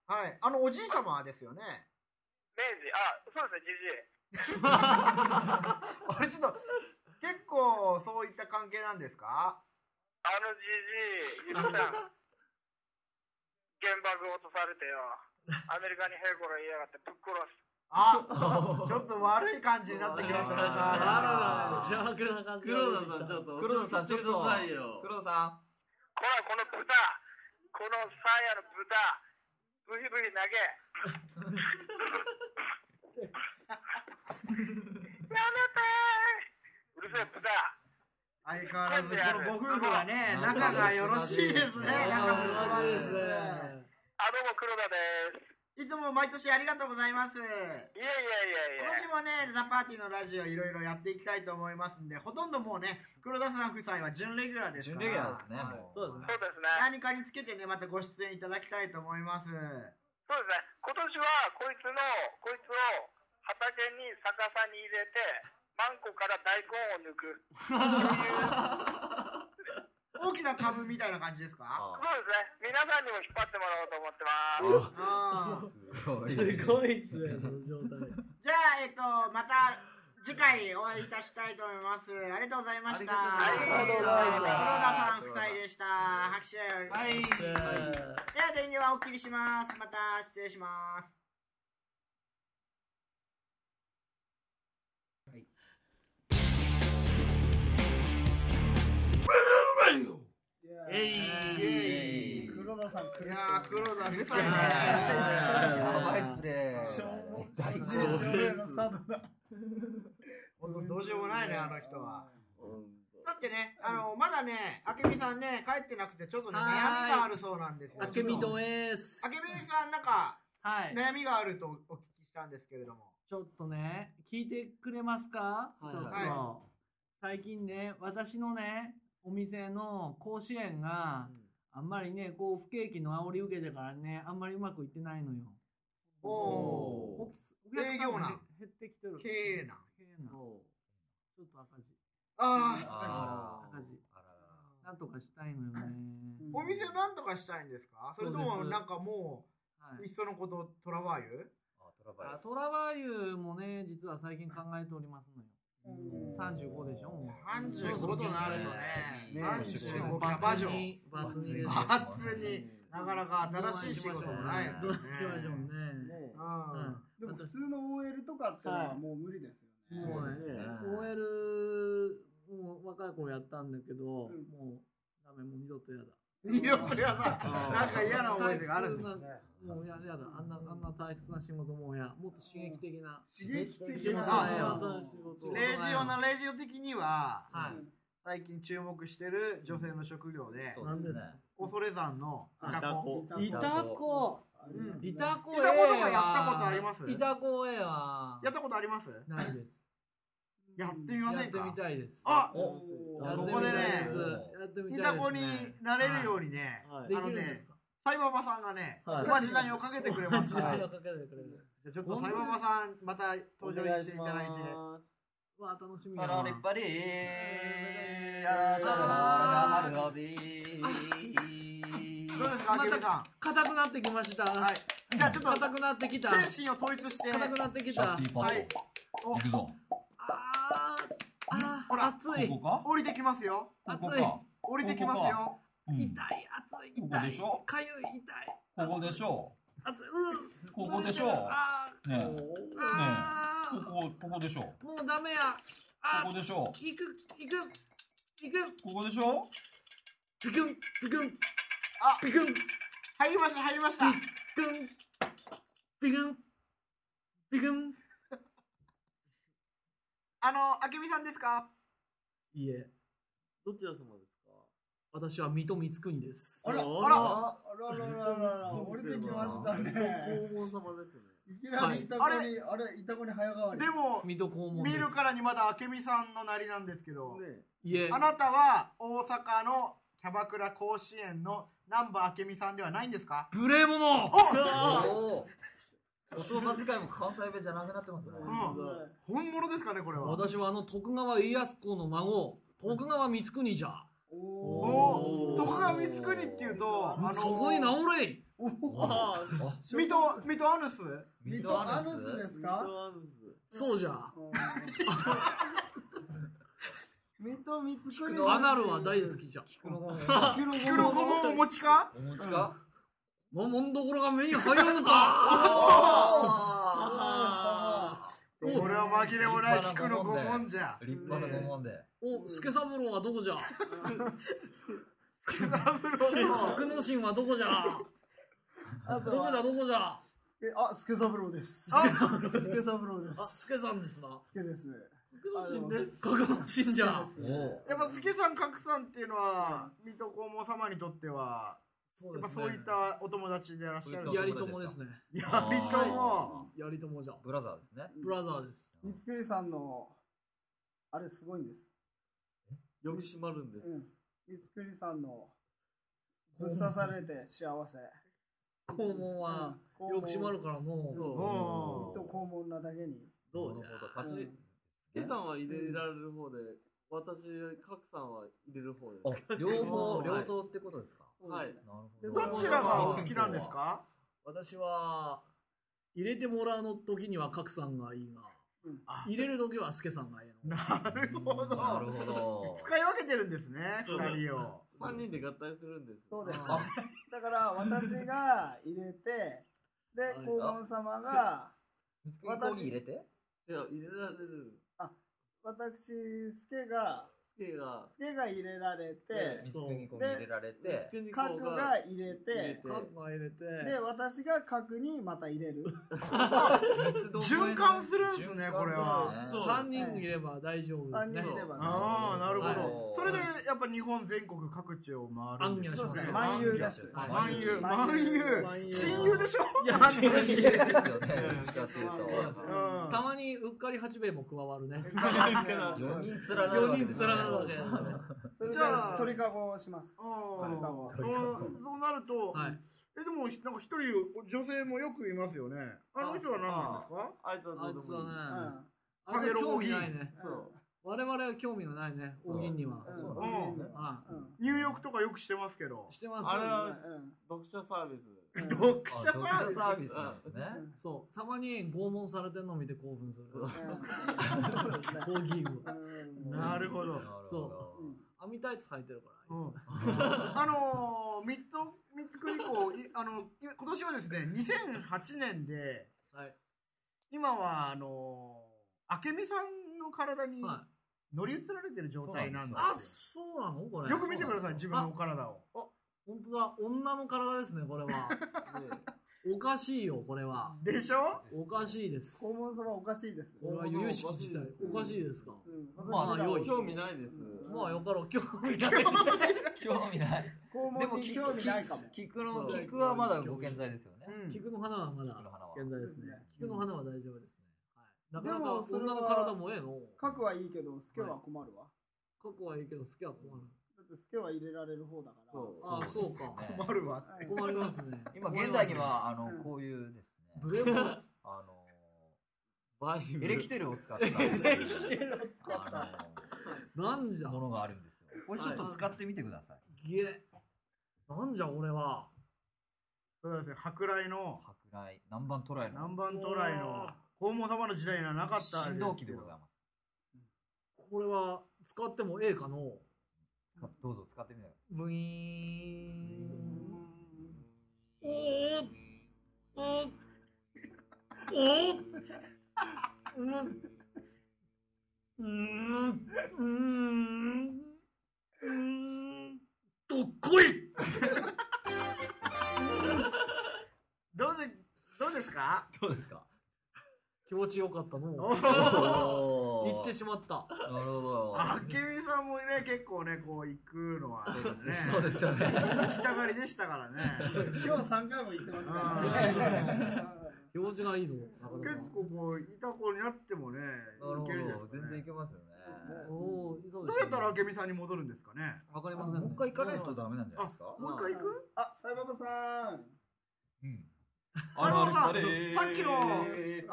S1: はい、あのおじい様ですよね。
S9: 明治、あ、そうですね、じじい。
S1: あれちょっと、結構そういった関係なんですか
S9: あのじじい、ゆきさん、原爆落とされてよ、アメリカに平頃言いやがってぶっ殺す。
S1: あ、ちょっと悪い感じになってきましたね、
S7: あ
S1: さ
S7: ー
S1: あ
S6: あるだろう邪悪な感じが
S5: 黒田さん、ちょっと、
S7: 黒田さん、ちょっと
S5: くださいよ。
S7: 黒田さ
S9: こら、この豚、このサーヤの豚、ブヒブヒ投げ。やめてうるせえ豚。
S1: 相変わらずこのご夫婦はね、仲がよろしいですね。仲
S6: 仲
S1: 睦
S6: 良
S1: ま
S6: し
S1: じい
S6: で
S1: です
S6: す
S1: ね
S6: ね。
S9: あ、どうも黒田です。
S1: いつも毎年ありがとうございます。
S9: いえいえいえいえ
S1: 今。年もね、ザ・パーティーのラジオいろいろやっていきたいと思いますんで、ほとんどもうね、黒田さん夫妻は準レギュラー
S7: ん。
S1: です
S7: 準
S1: から。
S7: レギュラーですね。
S5: そうですね
S9: そうですね。
S1: 何かにつけてね、またご出演いただきたいと思います。
S9: そうですね。今年はこいつのこいつを畑に逆さに入れて、マンコから大根を抜く。
S1: 大きな株みたいな感じですか
S9: そうですね。皆さんにも引っ張ってもらおう
S7: ああ
S1: あー
S9: と思ってます。
S7: すごい。
S6: すごいっすね、この状態。
S1: じゃあ、えっと、また次回お会いいたしたいと思います。ありがとうございました。
S7: ありがとうございました
S1: 黒田さん夫妻でした。拍手。
S5: はい。
S1: では電源はお切りしますまた失礼します
S5: えい。
S1: イエーイ
S3: 黒田さん来
S1: い
S3: る
S1: やー黒田夫妻ね
S7: やばいプレイ。
S3: しょうも
S7: 大
S3: ない
S7: 丈
S3: 自
S7: 夫
S3: 分の佐渡だ
S1: どうしようもないね、あの人は。だってね、あの、まだね、あけみさんね、帰ってなくて、ちょっとね、
S6: はー
S1: 悩
S6: い
S1: みがあるそうなんですよ。
S6: あけみどえーす
S1: あ。けみさん、なんか、
S6: はい。
S1: 悩みがあるとお聞きしたんですけれども。
S6: ちょっとね、聞いてくれますか、
S3: はい
S6: ちょっと、
S1: は
S6: 最近ね、私のね、お店の甲子園が、あんまりね、こう、不景気の煽り受けてからね、あんまりうまくいってないのよ。
S1: お
S2: お
S1: お。
S6: お客お客さんもね
S1: 営業難
S6: 減ってきてる。
S1: 経営難
S6: 経営難ちょっと赤字。
S1: ああ、
S2: あー
S6: 赤字
S2: あらら
S6: なんとかしたいのよね。
S1: お店なんとかしたいんですかそれと
S6: そうで
S1: も、
S6: す
S1: なんかも
S6: は
S1: う、
S6: い
S1: いっそのこと、トラバーユ
S2: あトラバイ
S6: あトラバーユもね、実は最近考えておりますのよ。35でしょ、もう。
S1: ?35 となるとね、
S3: ね
S1: 35キャバ嬢。
S6: に、バツにです。
S1: バツになかなか新しい仕事もない
S6: どう
S1: で
S6: し
S1: す
S6: ま
S1: よ
S6: しょう
S1: ね。
S6: ね。
S1: うん
S6: う
S3: で
S6: ん
S3: も普通の OL とかってのはもう無理ですよね。
S6: そう
S2: ですね
S6: ね。OL、もう若い頃やったんだけど、も
S3: ん
S6: うダメ、もう二度とやだ。
S1: いや、これはな、なんか嫌な思い出があるんですね。
S6: もうややだ、あんな、あんな退屈な仕事もうや、もっと刺激的な。
S3: 刺激的
S6: 仕事
S3: な。
S1: あ
S6: や、新しい仕事を
S1: レジオなレジオ的には、
S6: はい。
S1: 最近注目してる女性の職業で、
S2: そう
S6: なんです
S1: 恐山のイタコ。
S6: イタコ、
S1: うん
S6: イタコ A
S1: イタコとかやったことあります
S6: イタコ A は、
S1: やったことあります
S6: ないです。
S1: やってみま
S6: や
S1: せ
S6: っ
S1: ん
S6: てみ
S1: か
S6: たいです。
S1: あ
S3: お
S6: や
S3: ー
S6: ってみ
S1: ここで
S6: たい
S1: ね
S6: ですやってみ
S1: イ
S6: たい
S1: タ
S6: ですね
S1: コになれるようにね、
S3: は
S6: で
S1: あの
S6: きるんです
S1: ね、
S6: か
S1: サイババさんがね、
S6: はい
S1: おまじないをかけてくれますか
S6: 時
S1: ら、じ
S6: 間
S1: ゃ
S6: をかけてくれる。
S1: あちょっとサイババさん、また登場していただいて。
S6: わあ、楽しみだ
S10: パ
S6: な。
S10: ラリパリあらしゃらららしゃはるはび
S1: どうですか、あけみさ
S6: 硬くなってきました。
S1: ん。はい。じゃあちょっと、
S6: 硬くなってきた。
S1: 精神を統一して、
S6: 硬くなってき
S8: シャ
S6: た
S8: ッ。ティパ
S1: は
S8: ッ
S1: い
S8: ド。行くぞ。
S6: あーあ
S1: ほら
S6: ー、熱い。
S8: こ
S6: 痛い、
S8: こ
S1: 降りてきますよ。
S8: かここ
S6: 熱い
S8: か。
S1: 降りてきますよ。
S8: うん
S6: 熱い、
S8: ここ
S6: 痛
S8: で
S6: い
S8: しょ、
S6: かゆい、痛い。
S8: ここでしょ
S6: 熱い、うん。
S8: う。ここでしょう。
S6: あ
S8: ねえ。
S6: ー
S8: こ
S6: あ
S8: こ、ここでしょう。
S6: ー、もうダメや。あ
S8: ここでしょう。
S6: ー、行く、行く、行く、
S8: ここでしょ
S6: ピクン、ピクン、
S1: あ
S6: ピクン、
S1: 入りました、入りました。
S6: ピクン、ピクン、ピクン。
S1: あの、あけみさんですか
S6: いいえ、
S3: どちら様ですか
S6: 私は水戸光圀です。
S3: あら、
S1: あら
S3: あららららら、降りてきましたね。
S2: 黄門様ですね
S3: いきなりイタコに、あれ、イタコに早変わり。
S1: でも、
S6: 水戸黄門で
S1: 見
S6: す。
S1: るからにまだあけみさんのなりなんですけど、
S3: ね
S6: いえ、
S1: あなたは大阪のキャバクラ甲子園の南波あけみさんではないんですか
S6: 無礼者
S2: おお言葉遣いも関西弁じゃなくなってますね
S1: うん。本物ですかね、これは。
S6: 私はあの徳川家康公の孫、徳川光圀じゃ。
S1: おー徳川光圀っていうと、あの、
S6: そこに治れい
S3: あ
S1: 水戸、水戸アヌス
S3: ミトアヌスですか
S6: そうじゃ。
S3: ミトミツク
S6: アナルは大好きじゃ。
S1: 菊の御門をお持ちか
S2: お持ちか
S6: ももんどころが目に入らぬか
S1: これは紛れもない菊の御門じゃ。
S2: 立派な顧問で
S6: お、助三郎はどこじゃ
S1: 菊三郎の
S6: 格之進はどこじゃどこだどこじゃ
S3: え、あ、スケサブローです。スケサブローで
S6: あ、
S3: す。
S6: 助さんですな。
S3: スケです。
S6: 格之進です。格之進じゃ。
S2: お
S1: やっぱ助さん格さんっていうのは水戸黄門様にとっては
S6: そ
S1: やっぱそういったお友達でいらっしゃる
S2: そう
S6: や
S2: い
S6: り
S2: った
S6: ともですね。
S1: やりとも
S6: やりともじゃ。
S2: ブラザーですね
S6: ブラザーです。
S3: ミツクリさんの、あれすごいんです。
S2: 呼び締まるんで
S3: うん。ミツクリさんの、ぶっ刺されて幸せ。
S6: 肛門は、よく閉まるからもう。
S1: お
S3: と肛門なだけに。
S2: どうなるほど立ち
S5: スケさんは入れられる方で、私、カクさんは入れる方です。
S2: あ両 方両党ってことですか
S5: はい。
S2: なるほ
S1: ー
S3: ど
S1: どちらがお好きなんですか
S6: 私は、入れてもらうの時には角さんがいいが、
S3: うん
S6: 入れる時は助さんがいいの。
S1: なるほど
S2: なるほど
S1: 使い分けてるんですね二人を
S5: 3人で合体するんです。
S3: そうです。だから私が入れて、で、黄門様が、
S2: 三つ子に入れて
S5: 違う、入れられる。
S3: 私、スケが、
S5: ケが
S3: スケが入れられて、
S5: でそう
S3: で
S5: ミツクニコが入れられてミツクニコが
S3: 角が入れ
S5: 入れ
S3: て
S5: て、角
S3: が入れて、で、私が角にまた入れる。
S1: 循環するんですね、これは。
S6: 3人いれば大丈夫ですね。
S1: ああ、なる
S6: はい
S1: ほど。それで、やっぱ日本全国各地を回るんです
S6: 暗夜しますね
S1: 漫遊です。漫遊。漫遊。親友でしょ
S6: いや
S1: 漫遊
S6: 親友 ですよね
S1: うん
S6: どっちかっていうと
S1: うん
S6: たまにうっかり八兵衛も加わるね。
S3: 四人
S6: つ
S3: 連なるわけですね
S6: わけ。
S3: それで
S1: じゃあ
S3: 鳥かごをします。
S1: あ
S3: 鳥かご
S1: ーそうそうなると、え、でも、なんか一人、女性もよくいますよね。あの人は何なんですか
S5: あいつは
S6: あいつはね、
S1: うん
S6: あいつは興味
S1: カゲロウ
S6: ないね。我々は興味がないね、大銀には。
S1: うん入浴とかよくしてますけど。して
S6: ます
S5: あれは読書サービス
S1: 読者サービス
S5: うん
S6: そうたまに拷問されてんのを見て興奮する抗議を
S1: なるほど
S6: そう網タイツ履いてるからいつも
S1: あのー、みっと、三つくりこ、いあの、い今年はですね、2008年で、今は、あのー、明美さんの体に乗り移られてる状態なん
S6: あ
S1: です
S6: そうなのこ
S1: よ。
S6: れ
S1: よく見てください、自分のお体を。
S6: 本当だ女の体ですねこれ はおかしいよこれは
S1: でしょ
S6: おかしいです
S3: 肛門様おかしいです。
S6: これは由々しき事態おかしいですか
S3: うん
S6: まあ
S3: 私らは
S6: 良い
S3: 興味
S5: ないです
S6: まあよかろう興味ない
S2: 興味ない。
S3: 肛門に興味ないかも。
S2: 菊の、菊はまだご健在ですよね。
S6: 菊の花はまだ現在ですね菊の花は大丈夫ですねはいなかな
S3: で
S6: か
S3: もそれは
S6: 女の体もええの
S3: 角はいいけど、スケは困るわ。
S6: 過去はいいけど好きは困る
S3: だってスケは入れられる方だから。
S6: ああそうか
S1: 困るわ
S6: 困りますね
S2: 今、現代には、あの、こういうですね。
S6: ブレモン
S2: あの、
S5: バイブ
S2: エレキテルを使った。
S6: エレキテルを使ったなんじゃ
S2: ものがあるんですよ。これちょっと使ってみてください。
S6: げえなんじゃ俺は
S1: そうですね、舶来の、
S2: はい。南蛮トライの。
S1: 南蛮渡来の、黄門様の時代にはなかった
S2: 振動機でござい
S1: ま
S2: ます。
S6: これは使ってもええかの
S2: 使どうぞ使ってみてください。
S6: ブイーンおーおーおーうんうんうんうんどっこい
S1: どうで、どうですか
S2: どうです か
S6: 気持ちよかったの
S1: お
S6: 言ってしまった
S2: なるほど
S1: あけみさんもね、結構ね、こう行くのは、ね、
S2: そうですよね
S1: 行きたがりでしたからね。
S3: 今日3回も言ってますからね。
S6: 表示がいいの
S1: 結構もう、いた子になってもね、いけるんじゃないですか、ね。
S2: 全然いけますよね。
S6: おーそう
S1: ど
S6: で
S1: う
S6: す
S1: や
S6: ね
S1: ったらあけみさんに戻るんですかね。
S6: わかり
S2: ませんねもう一回行かないとダメなんじゃないですか
S1: あもう一回行く
S3: あ、サイババさん。
S1: あのさん、さっ
S2: れ
S1: きの、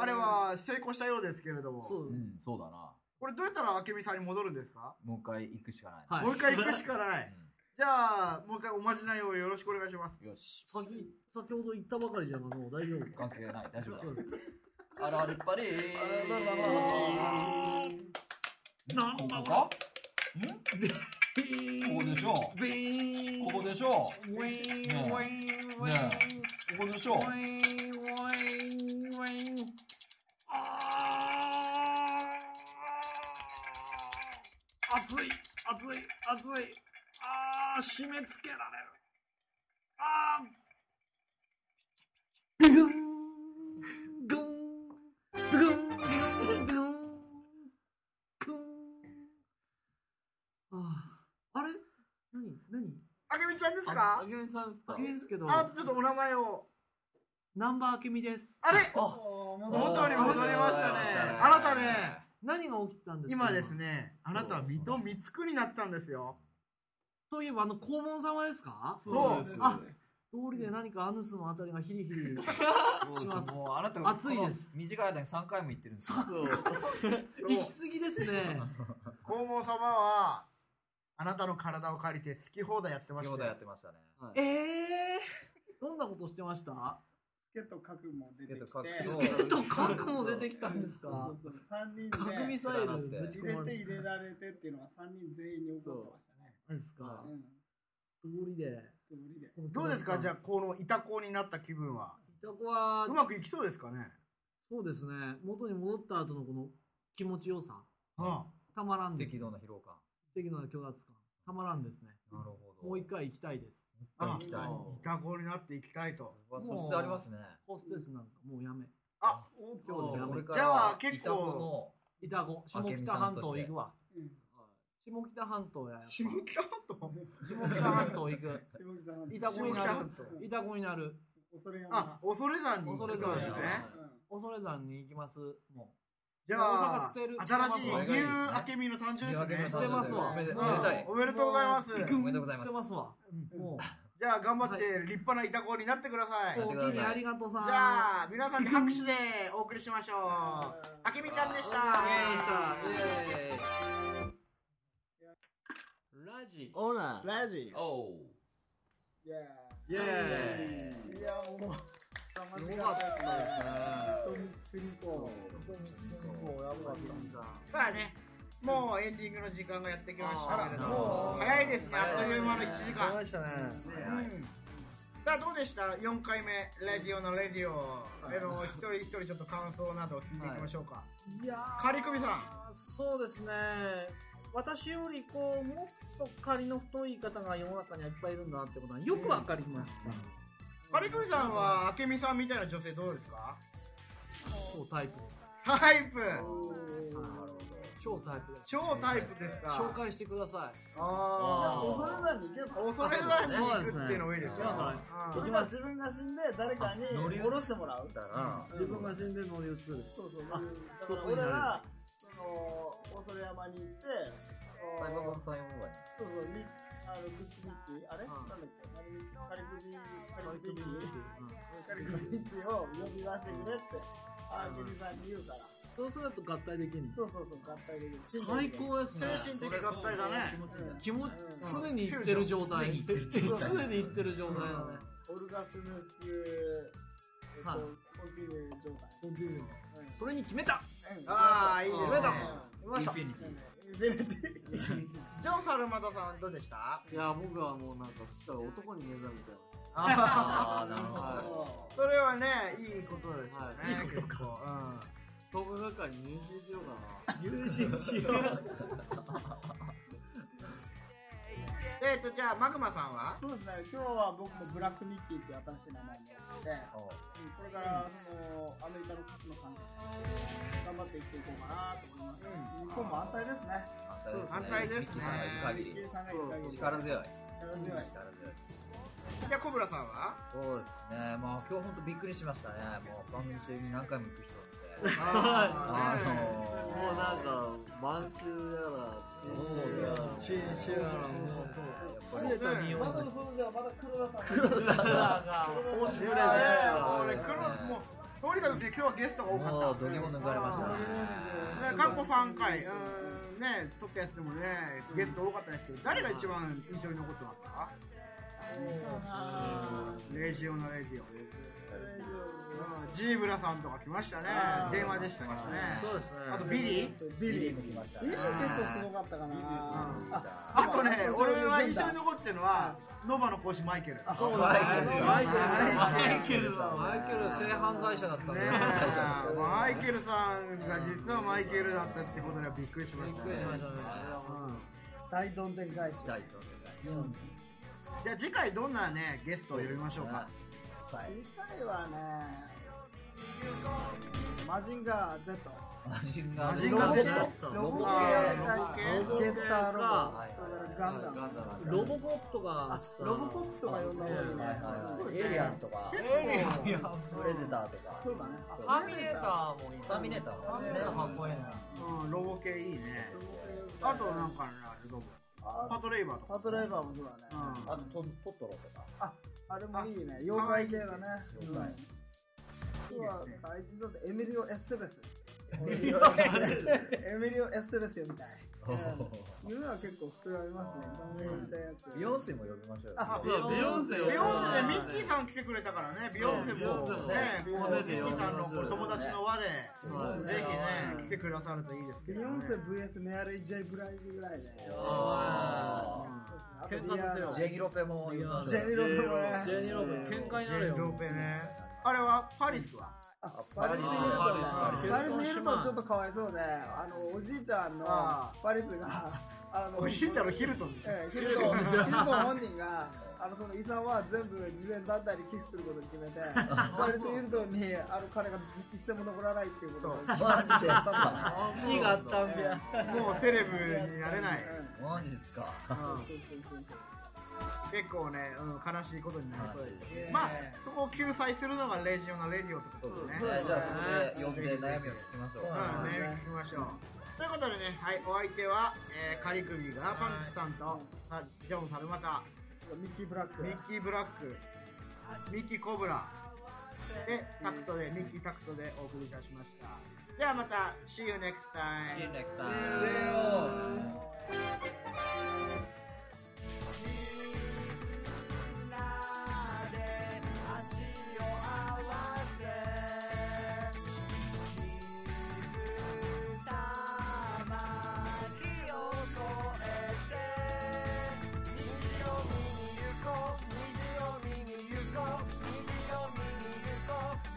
S1: あれは成功したようですけれども。
S2: うん、そうだな。
S1: これどうやったらあけみさんに戻るんですか
S2: もう一回行くしかない。
S1: もう一回行くしかない。じゃあ、もう一回おまじないをよろしくお願いします。
S2: よし。
S6: 先先ほど言ったばかりじゃがのう大丈夫
S2: 関係ない大丈夫だ。あられっぱり
S6: なん
S2: ここかんここでしょここでしょねえねえここでしょ
S6: 熱い熱い熱いあー締め付けられるあービグングンビグンビグンビグングンあーあれ何何
S1: あけみちゃんですか
S6: あけみさんですかあけみですけど
S1: あなたちょっとお名前を。
S6: ナンバーあけみです
S1: あれ
S6: 元
S1: 元に戻りましたね。あなたね、
S6: 何が起きてたんですか
S1: 今ですね、あなたは水戸光圀になったんですよ。
S6: といえば、あの、黄門様ですか
S1: そうです
S6: あ、通りで何かアヌスのあたりがヒリヒリします。
S2: もうあなたが
S6: 暑いです。
S2: す。短い間に3回も行ってるんですよ。
S6: 行き過ぎですね。
S1: 黄門様は、あなたの体を借りて好き放題やってましたよ。
S2: 好き放題やってましたね。
S6: ええー、どんなことしてました
S3: スケと角も出てきて。
S6: スケとカクも出てきたんですか
S3: そうそうそう三人で
S6: 核ミサイルぶち込ま
S3: 入れ
S6: れ
S3: て入れられてっていうのは三人全員に起こってましたね。
S6: 何ですか
S3: うん
S6: 通りで。
S1: どうですかじゃあ、このいた子になった気分は。
S6: いたこは
S1: う、まくいきそうですかね
S6: そうですね。元に戻った後のこの気持ちよさ。
S1: は
S6: たまらんです。
S2: 適度な疲労感。
S6: 的な虚脱感、たまらんですね。
S2: なるほ
S6: もう一回行きたいです。
S1: あ、歌子になっていきたいと。
S6: もうホステスなんかもうやめ。
S1: あ、
S6: 今日でやめ。
S1: じゃあ結構
S6: イタコ下北半島行くわ。下北半島や。
S1: 下北半島
S6: 下北半島行く。イタコにな
S1: 下
S6: る。イタコになる。
S3: 恐れ
S1: あ、恐山に
S6: 恐れ山
S1: ね。
S6: 恐れ山に行きます。もう。
S1: じゃ
S6: 大阪
S1: あ
S6: 捨てる。
S1: 新しいニューアケミの誕生日ですね。
S6: 捨てますわ。
S1: おめでとうございます。
S6: おめでとうございます。捨てますわ。
S1: じゃあ頑張って立派なイタコになってください。
S6: おおきにありがとうさん
S1: じゃあ皆さんで拍手でお送りしましょう。あけみちゃんでした。
S6: ラジ。
S3: オーナーラジ
S11: お
S3: いや
S11: イエ
S3: ーいやもう凄まじ
S11: か
S3: か
S11: っ
S3: ったた
S11: で
S3: です
S11: ね
S3: すね人見つくりこう人見つくりこうやばかった
S1: まあね、もうエンディングの時間がやってきましたけれども
S3: あ、ら
S1: 早いですね、あっという間の1時間。
S6: 早いですね
S1: うんさあどうでした4回目「レディオのレディオ」あの一人一人ちょっと感想などを聞いていきましょうか、
S12: いやー
S1: 仮組さ
S12: そうですね私よりこうもっと仮の太い方が世の中にはいっぱいいるんだなってことはよくわかりました、
S1: 仮組さんは明美さんみたいな女性どうですか
S6: 超タイプです
S1: タイプ
S6: 超タイプです
S1: 超タイプですか
S6: 紹介してください
S1: あー
S3: 恐れ山に行けば
S1: 恐れ山に行くっていうのもいいですよ
S6: そうですね
S1: うん
S3: それか自分が死んで誰かに
S6: あ乗り移
S3: 下ろしてもらう
S6: 自分が死んで乗り移る
S3: そうそう
S6: あ
S3: だから
S6: 一つに
S3: 俺
S6: なる
S3: はその恐れ山に行って
S2: サイバー
S3: そ
S2: サイモン
S3: うそうみあのグッキーあれなんだっけカリグビカリグビカリグビーを呼び出してくれってあけみさんに言うから
S6: そうすると合体できるんです
S3: そうそうそう合体できる
S6: 最高ですね
S1: 精神的合体だね
S6: 気持ち常に行ってる状態常に行ってる状態だね
S3: オルガスムス、えっと
S6: はい
S3: コンピュー状態
S6: コンピューそれに決めた
S1: あーいいですね
S6: 決めた決めた
S1: ジョン・サルマタさんどうでした
S5: いや僕はもうなんかすったら男に目覚めちゃう
S1: あーなる
S5: ほど
S1: それはねいいことですよね、
S5: はいいいこと
S1: 結構
S5: 創価学会に入信しようかな
S1: 入信しよううんえっとじゃあマグマさんは
S3: そうですね今日は僕もブラックミッキーっていう新しい名前になってうんこれからそのアメリカの各の参加頑張って生きていこうかなと思います、日本も安泰ですね
S1: 安泰ですね
S3: ミッキーさんがいる限り
S2: 力強い
S3: 力強い
S1: じゃあコブラさんは
S2: そうですねまあ今日本当びっくりしましたねもう番組中に何回も行く人ってあ
S5: あー
S2: の
S5: もうなんか満州や
S2: そ
S5: ら
S2: うです
S5: 新州やらもう
S2: そうやっぱりね
S3: まだそのじゃあまだ黒田さん
S5: 黒田さん
S2: が
S5: 放置
S1: いやいや俺黒もうとにかく今日はゲストが多かった
S2: もう度肝抜かれましたね
S1: ね過去3回うーんね撮ったやつでもねゲスト多かったですけど誰が一番印象に残ってますかレジオのレジオうんジーブラさんとか来ましたね電話でしたしね
S6: そうですね
S1: あとビリー
S3: ビリーも来ましたビリー結構すごかったかな
S1: ああとね俺は印象に残ってるのはノバの講師マイケル
S6: そうだマイケルさんマイケルさんマイケル性犯罪者だったね
S1: マイケルさんが実はマイケルだったってことにはびっくりしましたね
S3: 大どんでん返し
S2: 大
S1: じゃあ次回どんなねゲストを呼びましょうか
S3: 次回はねマジンガー Z
S2: マジン
S1: マジンガー Z
S3: ロボ系ロボ系ゲッターロボガンダム
S6: ロボコップとか
S3: ロボコップとか呼んだ方がいいね
S2: エイリアンとか
S3: 結
S2: エイリアンプレデターとか
S3: そうだね
S2: そう
S6: ターミネーターもいい
S2: ターミネーターもね
S6: かっこいいな
S1: うんロボ系いいねあとなんかあるロボパトレイバーとか
S3: パトレーバーもそうだね
S1: うん
S2: あとトトトロとか
S3: ああれもいいね妖怪系だね
S2: 妖怪
S3: いいですねあいつだってエミリオ・エステベスエ
S2: ミリオ
S3: ミリオ・エステベス呼みたい夢は結構膨らみますね考えたやつ
S2: ビヨンセも呼びましょうよ
S3: あ
S1: ビヨンセでミッキーさん来てくれたからねビヨンセも
S2: そう
S1: ね
S2: そう
S1: こうミッキーさんのお友達の輪で
S3: はい
S1: ぜひね来てくださるといいですけ
S3: ビ
S1: ど
S3: ヨン
S1: ね
S3: セ VS メアリー・ジェイ・ブライジぐらいで
S2: あ
S3: ー喧嘩させよう
S2: ジェニロペも呼びまし
S3: ジ
S2: ょ
S3: ェ
S2: う
S3: ニロペもね
S6: ジェニロペ喧嘩に
S1: ジ
S6: なる
S1: ェンロ
S6: よ
S1: ペねあれはパリスは
S2: あ
S3: パリス・ヒルトンだ
S5: パリス
S3: パリス・ヒルトンちょっとかわいそうであのおじいちゃんの
S1: あ
S3: パリスが あ
S1: おじいちゃんのヒルトンでしょ
S3: ええヒルトン
S1: ヒ
S3: ヒ
S1: ル
S3: ル
S1: ト
S3: ト
S1: ンで
S3: ン
S1: しょ
S3: 本人があのその遺産は全部慈善団体に寄付することに決め てパリス・ヒルトンにあの金が一銭も残らないっていうことを
S2: マジです
S3: あ
S2: か
S3: もう
S2: 意があったん や
S3: ええ
S1: もうセレブになれない
S2: マジですか
S1: 結構ね、うん、悲しいことになりそう
S2: 悲し
S1: で
S2: いです
S1: す
S2: ね
S1: まあそこを救済するのがレジオナレディオってことですね
S2: じゃあそこで呼んで悩みを聞きましょう
S1: うん悩み聞きましょうということでね、はい、お相手は、えー、カリクミガーパンクスさんと、さジョン・サルマタ
S3: ミッキー・ブラック
S1: ミッキー・ブラックミッキー・コブラでタクトでミッキー・タクトでお送りいたしましたではまた See you next time See you next
S2: See
S1: time
S6: 虹を見に行こう虹を見に行こう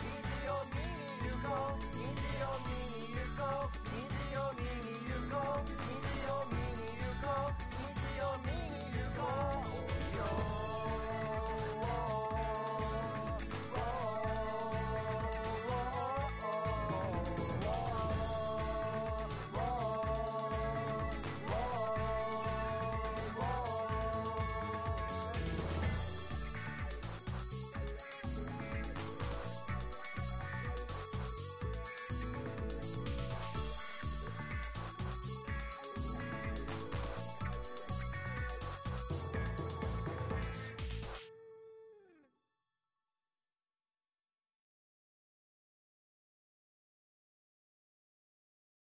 S6: 虹を見に行こう